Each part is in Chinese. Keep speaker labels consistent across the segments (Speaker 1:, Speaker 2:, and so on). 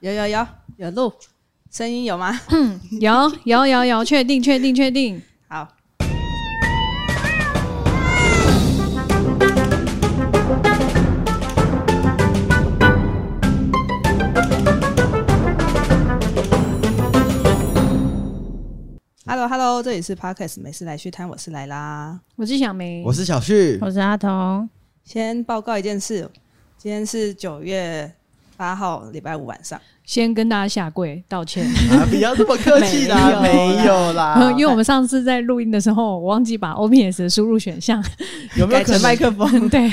Speaker 1: 有有有有录，声音有吗？
Speaker 2: 有有有有，确定确定确定。
Speaker 1: 好，Hello Hello，这里是 Parkes 没事来续摊，我是来啦。
Speaker 2: 我是小梅，
Speaker 3: 我是小旭，
Speaker 4: 我是阿童，
Speaker 1: 先报告一件事，今天是九月八号，礼拜五晚上。
Speaker 2: 先跟大家下跪道歉，
Speaker 3: 啊，不要这么客气啦，
Speaker 4: 没有啦
Speaker 3: 没有啦，
Speaker 2: 因为我们上次在录音的时候，我忘记把 OPS 的输入 选项，
Speaker 3: 有没有可能麦克风？
Speaker 2: 对，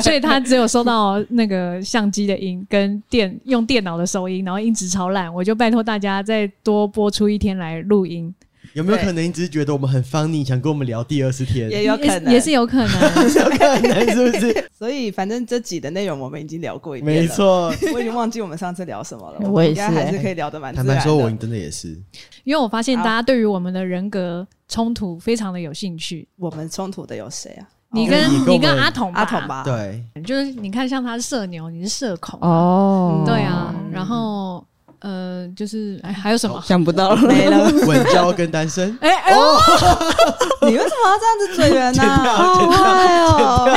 Speaker 2: 所以他只有收到那个相机的音跟电用电脑的收音，然后音质超烂，我就拜托大家再多播出一天来录音，
Speaker 3: 有没有可能你只是觉得我们很 funny，想跟我们聊第二十天？
Speaker 1: 也有可能
Speaker 2: 也是有可 能。
Speaker 3: 有可能是不是？
Speaker 1: 所以反正这集的内容我们已经聊过一遍了。
Speaker 3: 没错。
Speaker 1: 我已经忘记我们上次聊什么了。
Speaker 4: 我
Speaker 1: 我们
Speaker 4: 也
Speaker 1: 应该
Speaker 4: 是
Speaker 1: 还
Speaker 4: 欸
Speaker 1: 是可以聊得蛮自
Speaker 3: 坦
Speaker 1: 然的。
Speaker 3: 白说，我真的也是，
Speaker 2: 因为我发现大家对于我们的人格冲突非常的有兴趣。
Speaker 1: 我们冲突的有谁啊？
Speaker 2: 你
Speaker 1: 哦
Speaker 2: 跟
Speaker 3: 你跟
Speaker 2: 你
Speaker 3: 我
Speaker 2: 跟
Speaker 3: 们
Speaker 2: 阿童
Speaker 1: 阿童，吧，
Speaker 3: 对，
Speaker 2: 就是你看像他是社牛，你是社恐啊
Speaker 4: 哦
Speaker 2: 对啊，然后呃，就是哎，还有什么？，
Speaker 4: 想不到了，
Speaker 1: 没了。
Speaker 3: 稳交跟单身
Speaker 2: 哎哎，
Speaker 1: 你为什么要这样子嘴人呢、好坏哦，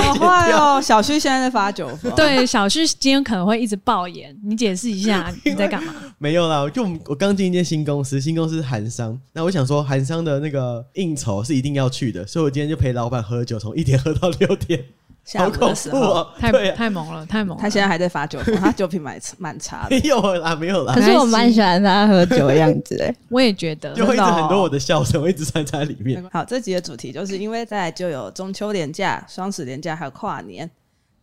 Speaker 1: 好坏哦！小旭现在在发酒疯。，
Speaker 2: 对，小旭今天可能会一直爆言，你解释一下你在干嘛？
Speaker 3: 没有啦。就我们我刚进一间新公司，新公司是韩商，那我想说韩商的那个应酬是一定要去的，所以我今天就陪老板喝酒，从一点喝到六点，
Speaker 1: 下
Speaker 3: 好
Speaker 1: 午
Speaker 3: 恐
Speaker 1: 的时
Speaker 3: 怖
Speaker 1: 候，
Speaker 3: 哦。
Speaker 2: 太
Speaker 3: 对啊，
Speaker 2: 太猛了，太猛了！
Speaker 1: 他现在还在发酒疯，他酒品蛮蛮差
Speaker 3: 没
Speaker 1: 的。
Speaker 3: 有啦，没有啦
Speaker 4: 可，是我蛮喜欢他喝酒的样子 哎，
Speaker 2: 我也觉得
Speaker 3: 就会一直
Speaker 1: 真的哦
Speaker 3: 很多我的笑声，我一直掺在里面。
Speaker 1: 好，这集的主题就是因为再来就有中秋连假、双十连假还有跨年，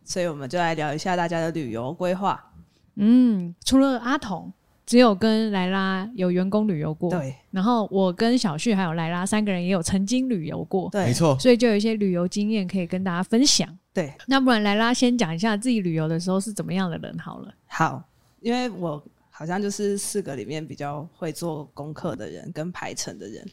Speaker 1: 所以我们就来聊一下大家的旅游规划。
Speaker 2: 嗯，除了阿童，只有跟莱拉有员工旅游过，
Speaker 1: 对。
Speaker 2: 然后我跟小旭还有莱拉三个人也有曾经旅游过，
Speaker 1: 对，
Speaker 3: 没错，
Speaker 2: 所以就有一些旅游经验可以跟大家分享。
Speaker 1: 对，
Speaker 2: 那不然莱拉先讲一下自己旅游的时候是怎么样的人好了。
Speaker 1: 好，因为我好像就是四个里面比较会做功课的人跟排程的人，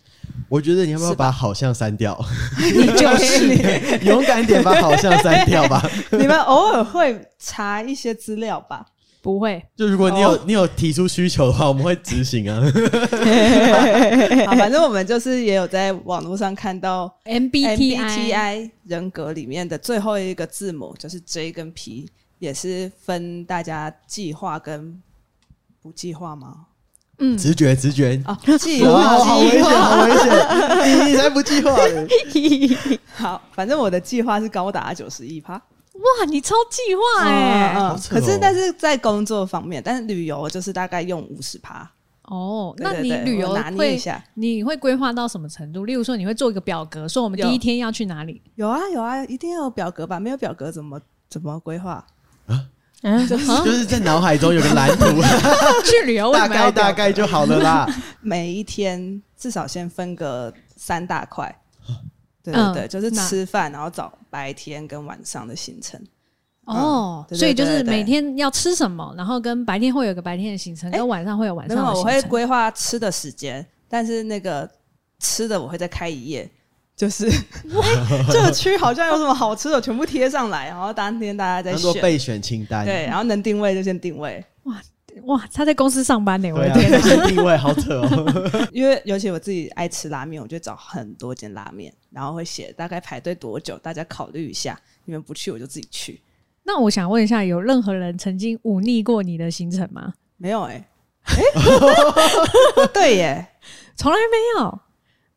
Speaker 3: 我觉得你要不要
Speaker 1: 是吧
Speaker 3: 把好像删掉？
Speaker 1: 你就是你，
Speaker 3: 勇敢点把好像删 掉吧。
Speaker 1: 你们偶尔会查一些资料吧？
Speaker 2: 不会，
Speaker 3: 就如果你有、
Speaker 1: 哦嗯
Speaker 3: 你有提出需求的话，我们会执行啊。
Speaker 1: 好，反正我们就是也有在网络上看到
Speaker 2: MBTI
Speaker 1: MBTI 人格里面的最后一个字母就是 J 跟 P，也是分大家计划跟不计划吗？
Speaker 2: 嗯，
Speaker 3: 直觉，直觉。
Speaker 1: 哦，计
Speaker 3: 哇
Speaker 1: 划，
Speaker 3: 好危险，好危
Speaker 1: 哦
Speaker 3: 险！你才不计划嘞，
Speaker 1: 好，反正我的计划是高达九十一趴。
Speaker 2: 哇，你超计划哎、
Speaker 1: 嗯
Speaker 3: 好
Speaker 1: 嗯
Speaker 3: 扯
Speaker 1: 可
Speaker 3: 哦
Speaker 1: 是但是在工作方面，但是旅游就是大概用五十趴。
Speaker 2: 哦，
Speaker 1: 对
Speaker 2: 那
Speaker 1: 对
Speaker 2: 你
Speaker 1: 对
Speaker 2: 旅
Speaker 1: 我
Speaker 2: 游
Speaker 1: 拿捏一
Speaker 2: 会
Speaker 1: 下
Speaker 2: 你会规划到什么程度？例如说，你会做一个表格，说我们
Speaker 1: 有
Speaker 2: 第一天要去 哪里？
Speaker 1: 有啊有啊，一定要有表格吧？没有表格怎么怎么规划？
Speaker 4: 嗯，
Speaker 2: 啊
Speaker 3: 就是在脑海中有个蓝图，
Speaker 2: 去旅游为
Speaker 3: 大
Speaker 2: 什么要
Speaker 3: 概
Speaker 2: 表
Speaker 3: 大
Speaker 2: 格？
Speaker 3: 概就好了 啦。
Speaker 1: 每一天至少先分个三大 块。对对
Speaker 2: 嗯
Speaker 1: 对，就是
Speaker 2: 那
Speaker 1: 吃饭，然后早白天跟晚上的行程。
Speaker 2: 哦，
Speaker 1: 嗯
Speaker 2: 所以就
Speaker 1: 对对对
Speaker 2: 是
Speaker 1: 对
Speaker 2: 每天要吃什么，然后跟白天会有个白天的行程，
Speaker 1: 哎
Speaker 2: 跟晚上会有晚
Speaker 1: 没
Speaker 2: 上
Speaker 1: 有，
Speaker 2: 的
Speaker 1: 我
Speaker 2: 行
Speaker 1: 会
Speaker 2: 程。
Speaker 1: 规划吃的时间，但是那个吃的我会再开一页，就是 这个区好像有什么好吃的，全部贴上来，然后当天大家再
Speaker 3: 当做
Speaker 1: 选。
Speaker 3: 备选清单，
Speaker 1: 对，然后能定位就先定位，
Speaker 2: 哇，他在公司上班呢、我
Speaker 3: 对
Speaker 2: 的
Speaker 3: 啊，
Speaker 2: 天哪！
Speaker 3: 先定位好扯哦。
Speaker 1: 因为尤其我自己爱吃拉面，我就找很多间拉面，然后会写大概排队多久，大家考虑一下。你们不去我就自己去，
Speaker 2: 那我想问一下，有任何人曾经忤逆过你的行程吗？
Speaker 1: 没有哎、欸， 对耶，
Speaker 2: 从来没有。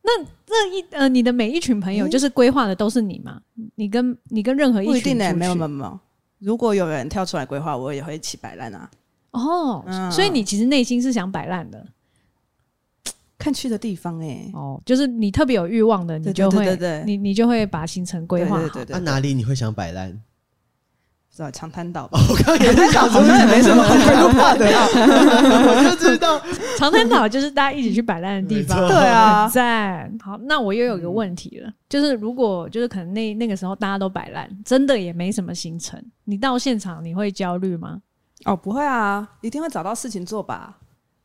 Speaker 2: 那这一呃，你的每一群朋友
Speaker 1: 诶
Speaker 2: 就是规划的都是你吗？你跟你跟任何一
Speaker 1: 嗯不
Speaker 2: 群
Speaker 1: 一定呢、
Speaker 2: 出去
Speaker 1: 没有没有没有。如果有人跳出来规划，我也会起摆烂啊。
Speaker 2: 哦，
Speaker 1: 嗯
Speaker 2: 所以你其实内心是想摆烂的
Speaker 1: 看去的地方哎、
Speaker 2: 哦，就是你特别有欲望的，
Speaker 1: 对
Speaker 2: 你就会
Speaker 1: 对对对对
Speaker 2: 你你就会把行程规
Speaker 1: 对
Speaker 2: 划好啊
Speaker 1: 对 对
Speaker 3: 那
Speaker 1: 对，
Speaker 3: 啊哪里你会想摆烂？ 哦
Speaker 1: 是吧？长滩岛吧，啊
Speaker 3: 我刚刚也在想，
Speaker 1: 好像也没 什么好怕的。
Speaker 3: 我就知道，
Speaker 2: 长滩岛就是大家一起去摆烂的地方，
Speaker 3: 没
Speaker 1: 对啊
Speaker 2: 很，赞。好，那我又有一
Speaker 1: 嗯
Speaker 2: 个问题了，就是如果就是可能那那个时候大家都摆烂，真的也没什么行程，你到现场你会焦虑吗？
Speaker 1: 哦不会啊，一定会找到事情做吧。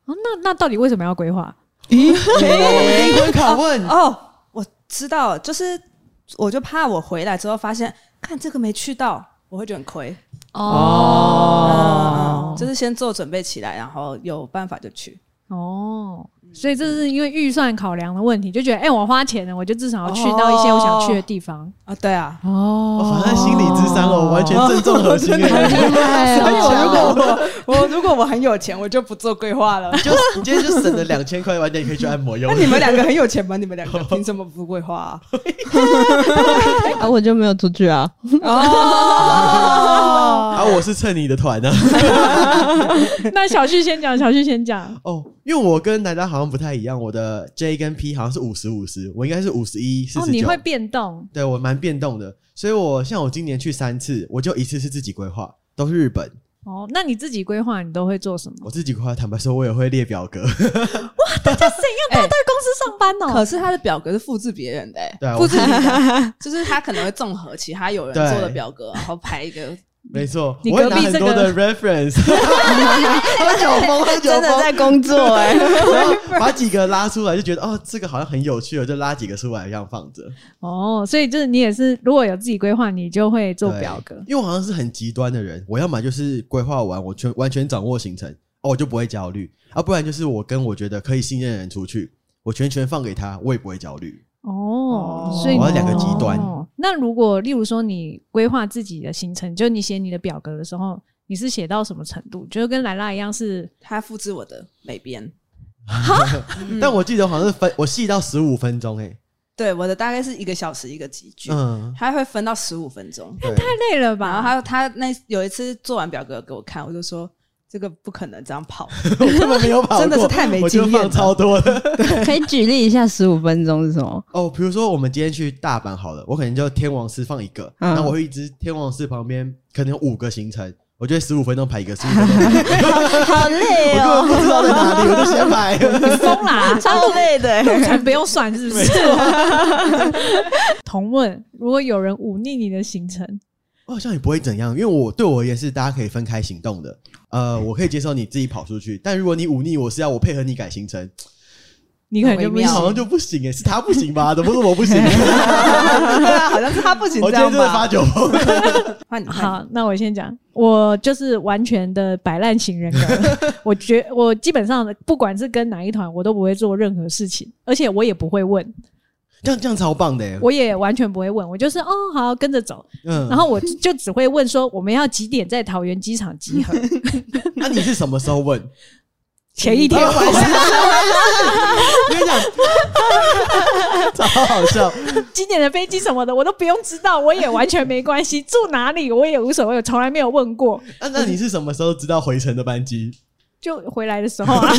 Speaker 2: 哦，那那到底为什么要规划？
Speaker 3: 灵魂拷问，
Speaker 1: 哦，我知道了，就是我就怕我回来之后发现，看这个没去到，我会觉得很亏。嗯
Speaker 2: 哦
Speaker 1: 嗯，就是先做准备起来，然后有办法就去。
Speaker 2: 哦，
Speaker 1: 嗯
Speaker 2: 所以这是因为预算考量的问题，就觉得哎、我花钱了，我就至少要去到一些我想去的地方。
Speaker 1: 啊，对啊，
Speaker 2: 哦
Speaker 3: 哇，他心理智商哦，完全正中核心
Speaker 4: 好厉
Speaker 1: 哦
Speaker 3: 耶。
Speaker 4: 害
Speaker 1: 所以我如
Speaker 4: 哦！
Speaker 1: 果我我如果我很有钱，我就不做规划了。
Speaker 3: 就你今天就省了两千块，晚点可以去按摩用
Speaker 1: 那。你们两个很有钱吗？你们两个凭什么不规划啊？
Speaker 4: 啊，我就没有出去啊。
Speaker 1: 哦，
Speaker 3: 啊，我是蹭你的团啊。
Speaker 2: 那小旭先讲，小旭先讲。
Speaker 3: 哦，因为我跟大家好像不太一样，我的 J 跟 P 好像是五十五十，我应该是五十一 四
Speaker 2: 哦，
Speaker 3: 十
Speaker 2: 你
Speaker 3: 九
Speaker 2: 会。变动
Speaker 3: 对我蛮变动的，所以我像我今年去三次，我就一次是自己规划，都是日本。
Speaker 2: 哦？那你自己规划，你都会做什么？
Speaker 3: 我自己规划，坦白说，我也会列表格。
Speaker 1: 哎
Speaker 2: 在公司上班哦。
Speaker 1: 可是他的表格是复制别人的、欸，
Speaker 3: 对啊
Speaker 1: 复制你的，就是他可能会综合其他有人做的表格，然后排一个。
Speaker 3: 没错，
Speaker 2: 你
Speaker 3: 我会
Speaker 2: 隔
Speaker 3: 拿
Speaker 2: 壁
Speaker 3: 很
Speaker 2: 这
Speaker 3: 多
Speaker 2: 个
Speaker 3: 的 reference，喝酒疯，喝酒
Speaker 4: 真的
Speaker 3: 疯，
Speaker 4: 在工作哎、
Speaker 3: 然后把几个拉出来，就觉得哦，这个好像很有趣，我就拉几个出来这样放着。
Speaker 2: 哦，所以就是你也是，如果有自己规划，你就会做
Speaker 3: 对
Speaker 2: 表格。哦
Speaker 3: 因为我好像是很极端的人，我要么就是规划完，我全完全掌握行程，哦，我就不会焦虑；啊，不然就是我跟我觉得可以信任的人出去，我全权放给他，我也不会焦虑。
Speaker 2: 哦
Speaker 1: 哦，
Speaker 2: 所以
Speaker 3: 我
Speaker 2: 你
Speaker 3: 要两个极端
Speaker 2: 哦那如果例如说你规划自己的行程，就你写你的表格的时候，你是写到什么程度？就是跟莱拉一样是
Speaker 1: 他复制我的美编，嗯
Speaker 3: 但我记得好像是分我细到十五分钟、欸，
Speaker 1: 对我的大概是一个小时一个集句，
Speaker 3: 嗯，
Speaker 1: 他会分到十五分钟。
Speaker 3: 对，
Speaker 2: 太累
Speaker 1: 然
Speaker 2: 了
Speaker 1: 后
Speaker 2: 吧？
Speaker 1: 还有他那有一次做完表格给我看，我就说这个不可能这样跑，
Speaker 3: 我根本没有跑过，
Speaker 1: 真的是太没
Speaker 3: 我就
Speaker 1: 经验
Speaker 3: 放
Speaker 1: 了
Speaker 3: 超多的。
Speaker 4: 可以举例一下十五分钟是什么？
Speaker 3: 哦，比如说我们今天去大阪好了，我可能就天王寺放一个，
Speaker 4: 嗯
Speaker 3: 那我会一直天王寺旁边可能有五个行程，我就十五分钟排一个，十五分钟排一个，
Speaker 4: 好累
Speaker 3: 我
Speaker 4: 哦
Speaker 3: 根本不知道在哪里，我就先排。
Speaker 2: 你疯啦！
Speaker 4: 超累的、欸
Speaker 2: 路程不用算，是不是？同问，如果有人忤逆你的行程，
Speaker 3: 哦我好像也不会怎样，因为我对我而言是大家可以分开行动的。呃，我可以接受你自己跑出去，但如果你忤逆我是要我配合你改行程，
Speaker 2: 你可能就不
Speaker 1: 微
Speaker 3: 你
Speaker 1: 妙
Speaker 3: 好像
Speaker 2: 行。
Speaker 3: 就不行欸诶，是他不行吧？怎么是我不行？
Speaker 1: 对啊，好像是他不行
Speaker 3: 我
Speaker 1: 这
Speaker 3: 今天
Speaker 1: 样
Speaker 3: 真的
Speaker 1: 吧
Speaker 3: 发？酒疯。
Speaker 1: 换你换
Speaker 2: 好，那我先讲，我就是完全的摆烂型人格。我觉我基本上不管是跟哪一团，我都不会做任何事情，而且我也不会问，
Speaker 3: 这样这样超棒的、欸，
Speaker 2: 我也完全不会问，我就是哦好跟着走，
Speaker 3: 嗯，
Speaker 2: 然后我就只会问说我们要几点在桃园机场集合，
Speaker 3: 那、你是什么时候问？
Speaker 2: 前一
Speaker 3: 嗯
Speaker 2: 天晚上
Speaker 3: 我跟你讲， 超好笑。
Speaker 2: 几点的飞机什么的，我都不用知道，我也完全没关系，住哪里我也无所谓，我从来没有问过。
Speaker 3: 那、那你是什么时候知道回程的班机？
Speaker 2: 就回来的时候啊，
Speaker 1: 你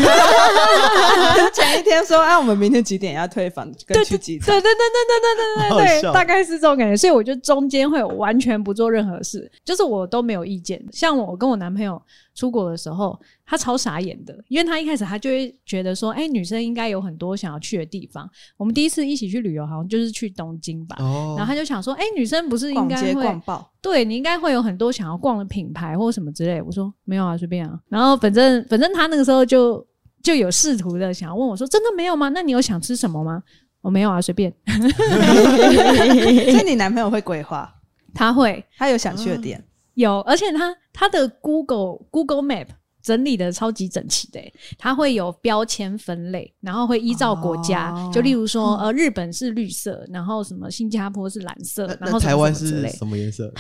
Speaker 1: 前一天说，啊，我们明天几点要退房跟
Speaker 2: 对
Speaker 1: 去
Speaker 2: 对对
Speaker 1: 机
Speaker 2: 对
Speaker 1: 场？
Speaker 2: 对对对
Speaker 3: 好
Speaker 2: 对对
Speaker 3: 笑
Speaker 2: 对，大概是这种感觉。所以我就中间会完全不做任何事，就是我都没有意见。像我跟我男朋友出国的时候，他超傻眼的，因为他一开始他就会觉得说，哎、女生应该有很多想要去的地方。我们第一次一起去旅游，好像就是去东京吧。
Speaker 3: 哦
Speaker 2: 然后他就想说，哎、女生不是应
Speaker 1: 逛
Speaker 2: 该
Speaker 1: 街
Speaker 2: 会
Speaker 1: 逛 爆，
Speaker 2: 对你应该会有很多想要逛的品牌或什么之类。我说没有啊，随便啊。然后反正反正他那个时候就就有试图的想要问我说，真的没有吗？那你有想吃什么吗？我没有啊，随便。
Speaker 1: 所以你男朋友会规划，
Speaker 2: 他会
Speaker 1: 他有想去的点，
Speaker 2: 有，而且他他的 Google Google Map 整理的超级整齐的、欸，他会有标签分类，然后会依照国家，
Speaker 1: 哦
Speaker 2: 就例如说
Speaker 3: 嗯
Speaker 2: 呃日本是绿色，然后什么新加坡是蓝色然后
Speaker 3: 那，那
Speaker 2: 什么
Speaker 3: 台湾
Speaker 2: 什么之
Speaker 3: 是
Speaker 2: 类。
Speaker 3: 什 么颜色？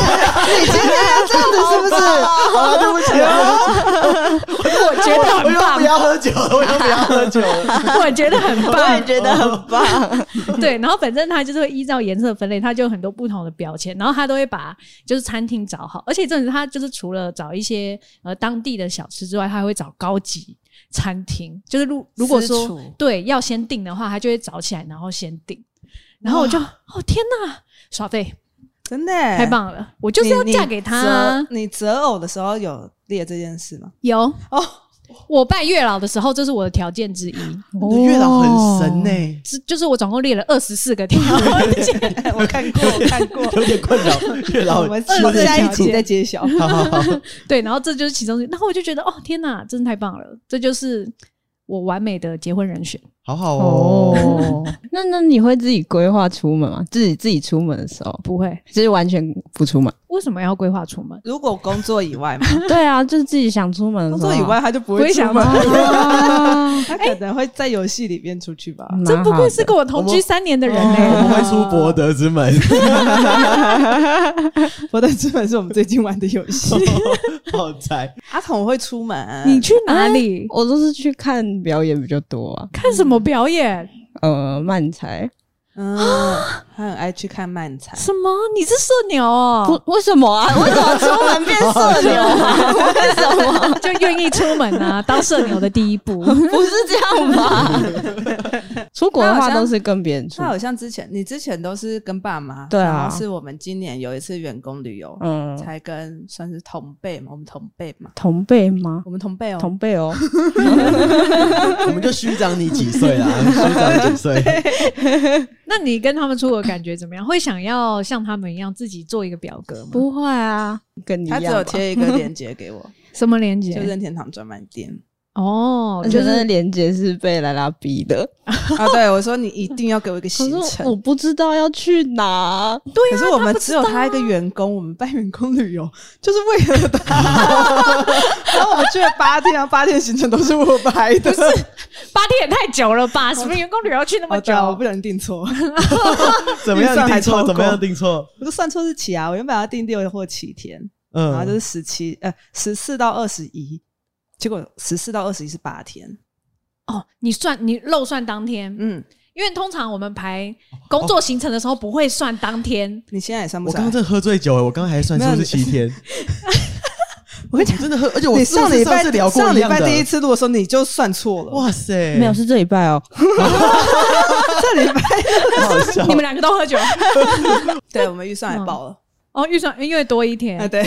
Speaker 1: 这样子是不是？
Speaker 3: 好了，对不起啊，
Speaker 2: 我觉得
Speaker 3: 我
Speaker 2: 很
Speaker 3: 又不
Speaker 2: 棒，
Speaker 3: 要喝酒了，我又不要喝酒 了。
Speaker 2: 我觉得很棒，
Speaker 4: 我也觉得很棒，
Speaker 2: 对，然后反正它就是会依照颜色分类，它就有很多不同的标签，然后它都会把就是餐厅找好，而且这种它就是除了找一些呃当地的小吃之外，它还会找高级餐厅，就是如如果
Speaker 1: 私
Speaker 2: 说
Speaker 1: 厨
Speaker 2: 对要先订的话，它就会找起来然后先订，然后我就哦天哪，耍废
Speaker 1: 真的欸
Speaker 2: 太棒了，我就是要
Speaker 1: 你
Speaker 2: 嫁给他啊
Speaker 1: 你，择你择偶的时候有列这件事 吗？
Speaker 2: 有
Speaker 1: 哦，
Speaker 2: 我拜月老的时候，这是我的条件之一，
Speaker 4: 哦
Speaker 3: 你的月老很神
Speaker 4: 欸
Speaker 3: 呢、
Speaker 2: 这就是我总共列了二十四个条 件。
Speaker 1: 哎我看 过，我看过。
Speaker 3: 有点困扰，月老
Speaker 1: 我们下
Speaker 3: 有点
Speaker 1: 下一
Speaker 3: 辛
Speaker 1: 集
Speaker 3: 苦
Speaker 1: 再揭晓。
Speaker 3: 好好好，
Speaker 2: 对，然后这就是其中之一，然后我就觉得哦，天哪，真的太棒了，这就是我完美的结婚人选。
Speaker 3: 好好哦。
Speaker 4: 哦，那那你会自己规划出门吗？自己自己出门的时候，
Speaker 2: 不会，
Speaker 4: 就是完全不出门。
Speaker 2: 为什么要规划出门？
Speaker 1: 如果工作以 外嘛，
Speaker 4: 对啊，就是自己想出门的
Speaker 1: 工
Speaker 4: 时候
Speaker 1: 作
Speaker 4: 啊。
Speaker 1: 以外他就不
Speaker 2: 不
Speaker 1: 会
Speaker 2: 会
Speaker 1: 出
Speaker 2: 想
Speaker 1: 门，
Speaker 2: 吗？
Speaker 1: 他可能会在游戏里面出去吧。
Speaker 4: 蛮
Speaker 2: 这不
Speaker 4: 好
Speaker 2: 愧
Speaker 4: 的
Speaker 2: 是跟我同居三年的人呢、
Speaker 3: 我们会出博德之 门，
Speaker 1: 我的资本是我们最近玩的游戏。
Speaker 3: 好宅。
Speaker 1: 阿童会出门，
Speaker 2: 你去哪里？
Speaker 4: 我都是去看表演比较多啊，
Speaker 2: 看什么表演？
Speaker 4: 呃，漫才
Speaker 1: 嗯，他很爱去看漫才。
Speaker 2: 什么？你是社牛哦，
Speaker 4: 不为什 么啊？为什么出门变社牛
Speaker 1: 哦
Speaker 4: 啊？为什 么？
Speaker 2: 就愿意出门啊，当社牛的第一步。
Speaker 4: 不是这样吧？ 出国的
Speaker 1: 那好
Speaker 4: 话
Speaker 1: 像
Speaker 4: 都是跟别人出
Speaker 1: 他，好像之前，你之前都是跟爸妈，
Speaker 4: 对啊
Speaker 1: 然后是我们今年有一次员工旅游，
Speaker 4: 嗯，
Speaker 1: 才跟算是同辈嘛，我们同辈嘛，
Speaker 4: 同辈吗？
Speaker 1: 我们同辈哦，
Speaker 4: 同辈哦，
Speaker 3: 我们就虚长你几岁 啦？虚长几岁？
Speaker 2: 那你跟他们出国感觉怎么样？会想要像他们一样自己做一个表格吗？
Speaker 4: 不会啊，跟你一
Speaker 1: 他
Speaker 4: 样
Speaker 1: 只
Speaker 4: 吧。
Speaker 1: 有贴一个链接给 我，
Speaker 2: 什么连接？
Speaker 1: 就任天堂专卖店
Speaker 2: 哦
Speaker 4: 我，
Speaker 2: 就
Speaker 4: 觉
Speaker 2: 是
Speaker 4: 得连接是被莱拉逼的，
Speaker 1: 啊。对我说你一定要 给我一个
Speaker 4: 可
Speaker 1: 行
Speaker 4: 是
Speaker 1: 程
Speaker 4: 我，不知道要去哪。
Speaker 1: 可是我们只有啊他一个员工，我们办员工旅游就是为了他， 然后我们去了八天，然后啊八天行程都是我排的，
Speaker 2: 八天也太久了吧？什么员工旅游去那么
Speaker 1: 哦
Speaker 2: 久
Speaker 1: 对？啊我不能定错，
Speaker 3: 怎么样
Speaker 1: 预算还
Speaker 3: 定
Speaker 1: 超
Speaker 3: 错？
Speaker 1: 过
Speaker 3: 怎么样定错？
Speaker 1: 我就算错日期啊，我原本要定六或七天，然后就
Speaker 3: 嗯，
Speaker 1: 是十七呃十四到二十一，结果十四到二十一是八天，
Speaker 2: 哦，你算你漏算当天，
Speaker 1: 嗯，
Speaker 2: 因为通常我们排工作行程的时候不会算当天。
Speaker 1: 你现在也算不
Speaker 3: 我
Speaker 1: 上
Speaker 3: 刚刚。真的喝醉酒了，欸我刚刚还算是不是七天？
Speaker 1: 我跟你讲，
Speaker 3: 真的喝，而且我
Speaker 1: 你
Speaker 3: 是不
Speaker 1: 上
Speaker 3: 是
Speaker 1: 礼
Speaker 3: 上
Speaker 1: 拜
Speaker 3: 次聊过
Speaker 1: 上
Speaker 3: 一
Speaker 1: 礼
Speaker 3: 样
Speaker 1: 拜
Speaker 3: 的。
Speaker 1: 第一次录的时候你就算错了，哇，
Speaker 3: 哇塞，
Speaker 4: 没有，是这礼拜哦。
Speaker 1: 这礼拜
Speaker 3: 好笑
Speaker 2: 你。们两个都喝 酒
Speaker 1: 对我们预算也爆了，
Speaker 2: 哦，预算因为多一天
Speaker 1: 啊，，对，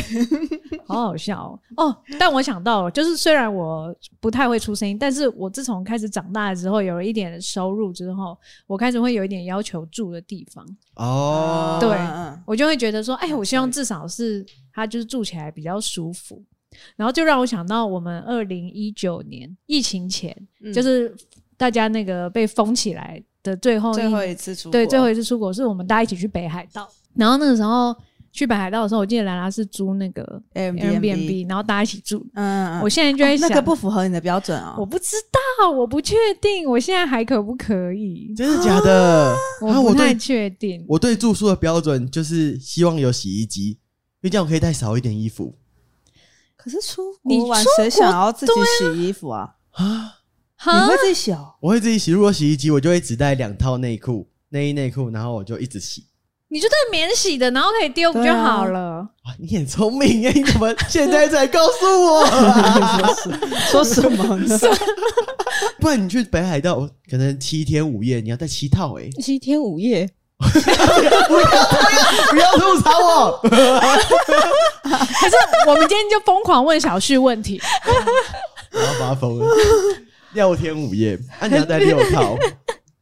Speaker 2: 好好笑哦哦！但我想到了，就是虽然我不太会出声音，但是我自从开始长大之后，有了一点收入之后，我开始会有一点要求住的地方，
Speaker 3: 哦，
Speaker 2: 对
Speaker 1: 嗯
Speaker 2: 我就会觉得说，哎，我希望至少是它就是住起来比较舒服。然后就让我想到我们二零一九年疫情前，
Speaker 1: 嗯
Speaker 2: 就是大家那个被封起来的最后一
Speaker 1: 最后一次出国，
Speaker 2: 对，最后一次出国是我们大家一起去北海道，然后那个时候去北海道的时候，我记得兰兰是租那个
Speaker 1: Airbnb，
Speaker 2: Airbnb，然后大家一起住。
Speaker 1: 嗯，嗯
Speaker 2: 我现在就在
Speaker 1: 哦
Speaker 2: 想，
Speaker 1: 那个不符合你的标准啊，
Speaker 2: 我不知道，我不确定，我现在还可不可以？
Speaker 3: 真的假的？啊，
Speaker 2: 不
Speaker 3: 我
Speaker 2: 太
Speaker 3: 对
Speaker 2: 确定。
Speaker 3: 我对住宿的标准就是希望有洗衣机，因为这样我可以带少一点衣服
Speaker 1: 可是出
Speaker 2: 你
Speaker 1: 国玩
Speaker 2: 出
Speaker 1: 谁
Speaker 2: 国
Speaker 1: 想要自己洗衣服啊？
Speaker 3: 啊。
Speaker 1: 你
Speaker 2: 哈
Speaker 1: 会自己洗哦？
Speaker 3: 我会自己洗，如果洗衣机，我就会只带两套内裤、内衣、内裤，然后我就一直洗。
Speaker 2: 你就带免洗的，然后可以丢不
Speaker 1: 对
Speaker 2: 就
Speaker 1: 啊
Speaker 2: 好了？
Speaker 3: 哇，你很聪明耶！ 你怎么现在才告诉我？
Speaker 1: 说什么 呢？
Speaker 3: 不然你去北海道可能七天五夜，你要带七套哎、
Speaker 4: 七天五夜，
Speaker 3: 不要吐槽我，
Speaker 2: 可是我们今天就疯狂问小旭问题，
Speaker 3: 我要发疯了。 六天五夜，啊，你要带六 套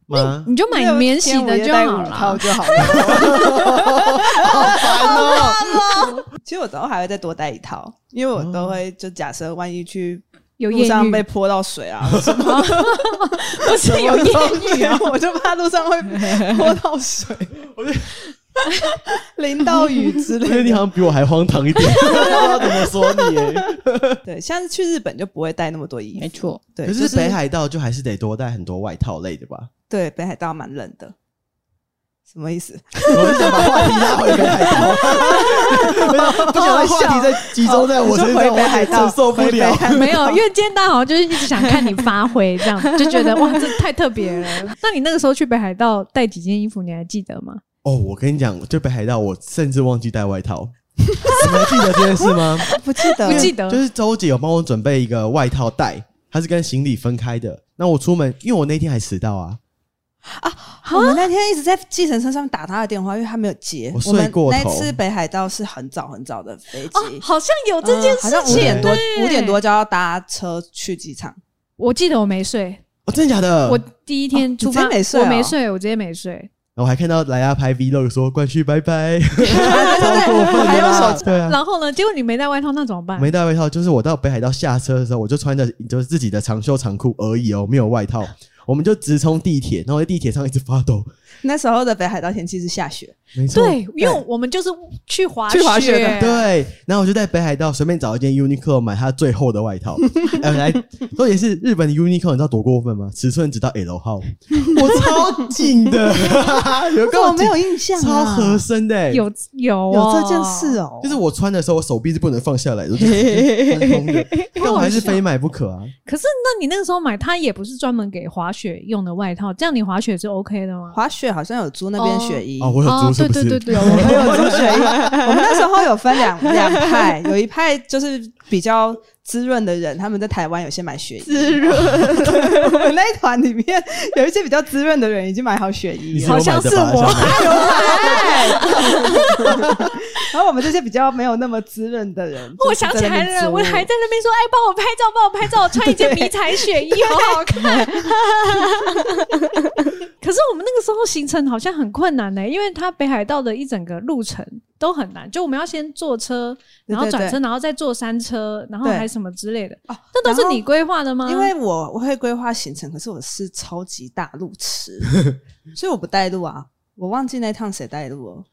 Speaker 3: 吗？
Speaker 2: 你就买免洗的就好了。
Speaker 1: 就好了。
Speaker 3: 烦哦！
Speaker 1: 其实我之后还会再多带一套，因为我都会就假设万一去
Speaker 2: 有
Speaker 1: 路
Speaker 2: 艳
Speaker 1: 上
Speaker 2: 遇
Speaker 1: 被泼到水啊，或什么
Speaker 2: 不是 有 艳遇啊？
Speaker 1: 东西我就怕路上会泼到 水，我就 淋到雨之
Speaker 3: 我觉得
Speaker 1: 类
Speaker 3: 你好
Speaker 1: 的。
Speaker 3: 像比我还荒唐 一点， 不知道怎么说你、欸。
Speaker 1: 对，下次去日本就不会带那么多衣服
Speaker 4: 没。错。
Speaker 1: 对，
Speaker 3: 可
Speaker 1: 就是
Speaker 3: 北海道就还是得多带很多外套类的 吧？
Speaker 1: 对北海道蛮冷的，什么意 思？
Speaker 3: 我是想把话题拉回北海 道，不想让话题再集中在我身
Speaker 1: 哦你
Speaker 3: 上，
Speaker 1: 说回北海道
Speaker 3: 我受不了
Speaker 1: 回北。海
Speaker 2: 没有，因为今天大家好像就是一直想看你发挥，这样就觉得哇，这太特别了。那你那个时候去北海道带几件衣服，你还记得 吗？
Speaker 3: 哦，我跟你讲，就北海道，我甚至忘记带 外套。你们还记得这件事吗？
Speaker 1: 不记 得
Speaker 2: 不记得
Speaker 3: 就是周姐有帮我准备一个外套袋，它是跟行李分开的。那我出门，因为我那天还迟到啊，
Speaker 1: 我们那天一直在计程车上面打他的电话，因为他没有接。
Speaker 3: 我
Speaker 1: 我
Speaker 3: 睡
Speaker 1: 们
Speaker 3: 过头
Speaker 1: 那次北海道是很早很早的飞
Speaker 2: 哦
Speaker 1: 机，，
Speaker 2: 呃好像有这件
Speaker 1: 嗯好
Speaker 2: 事
Speaker 1: 像五
Speaker 2: 情，
Speaker 1: 点多
Speaker 2: 对
Speaker 1: 五点多就要搭车去机场。
Speaker 2: 我记得我没睡，
Speaker 3: 哦，真的假的？
Speaker 2: 我第一天出发、
Speaker 1: 哦你直接没睡哦
Speaker 2: 我没睡，我直接没睡。
Speaker 3: 然后我还看到莱亚拍 vlog 说冠旭拜拜，
Speaker 1: 对
Speaker 3: 过分了吧
Speaker 1: 还有手
Speaker 3: 对啊，
Speaker 2: 然后呢，结果你没带外套，那怎么办？
Speaker 3: 没 带外套，就是我到北海道下车的时候，我就穿着就是自己的长袖长裤而已哦，没有外套。我们就直冲地铁，然后在地铁上一直发抖。
Speaker 1: 那时候的北海道天气是下雪，
Speaker 3: 没错，
Speaker 2: 对，因为我们就是去滑
Speaker 1: 去滑雪的
Speaker 3: 对，然后我就在北海道随便找一件 Uniqlo 买它最厚的 外套，哎，来，重点是日本的 Uniqlo 你知道多过分吗？尺寸只到 L 号，我超紧的，有够
Speaker 1: 我没
Speaker 3: 紧
Speaker 1: 有印象、啊，
Speaker 3: 超合身的、欸，
Speaker 2: 有有、哦、
Speaker 1: 有这件事哦，
Speaker 3: 就是我穿的时候，我手臂是不能放下来的，我就 很空的，但我还是非买不可啊。
Speaker 2: 可是，那你那个时候买它也不是专门给滑雪用的外套，这样你滑雪是 OK 的吗？
Speaker 1: 滑雪好像有租那边雪衣，
Speaker 3: 哦，我有
Speaker 2: 哦
Speaker 3: 租，是
Speaker 2: 对
Speaker 3: 不是？
Speaker 2: 对对对，
Speaker 1: 我 们有租雪 衣。我们那时候有分两两派，有一派就是比较滋润的人，他们在台湾有些买雪衣。滋润，我们那一团里面有一些比较滋润的人已经买好雪
Speaker 3: 你
Speaker 1: 衣
Speaker 3: 是
Speaker 1: 了，
Speaker 3: 有
Speaker 2: 好像
Speaker 3: 买的吧
Speaker 2: 是我
Speaker 3: 小妹
Speaker 1: 然后我们这些比较没有那么滋润的人，
Speaker 2: 我想起来了，我还
Speaker 1: 还
Speaker 2: 在那边说：“哎，帮我拍照，帮我拍照，我穿一件迷彩雪衣，好 好看。”可是我们那个时候行程好像很困难呢、因为它北海道的一整个路程都很难，就我们要先坐车，然后
Speaker 1: 对对
Speaker 2: 转车，然后再坐山车，然后
Speaker 1: 对
Speaker 2: 还什么之类的。
Speaker 1: 哦
Speaker 2: 那都是你规划的吗？
Speaker 1: 因为我我会规划行程，可是我是超级大路 痴，所以我不带路啊。我忘记那趟谁带路哦了。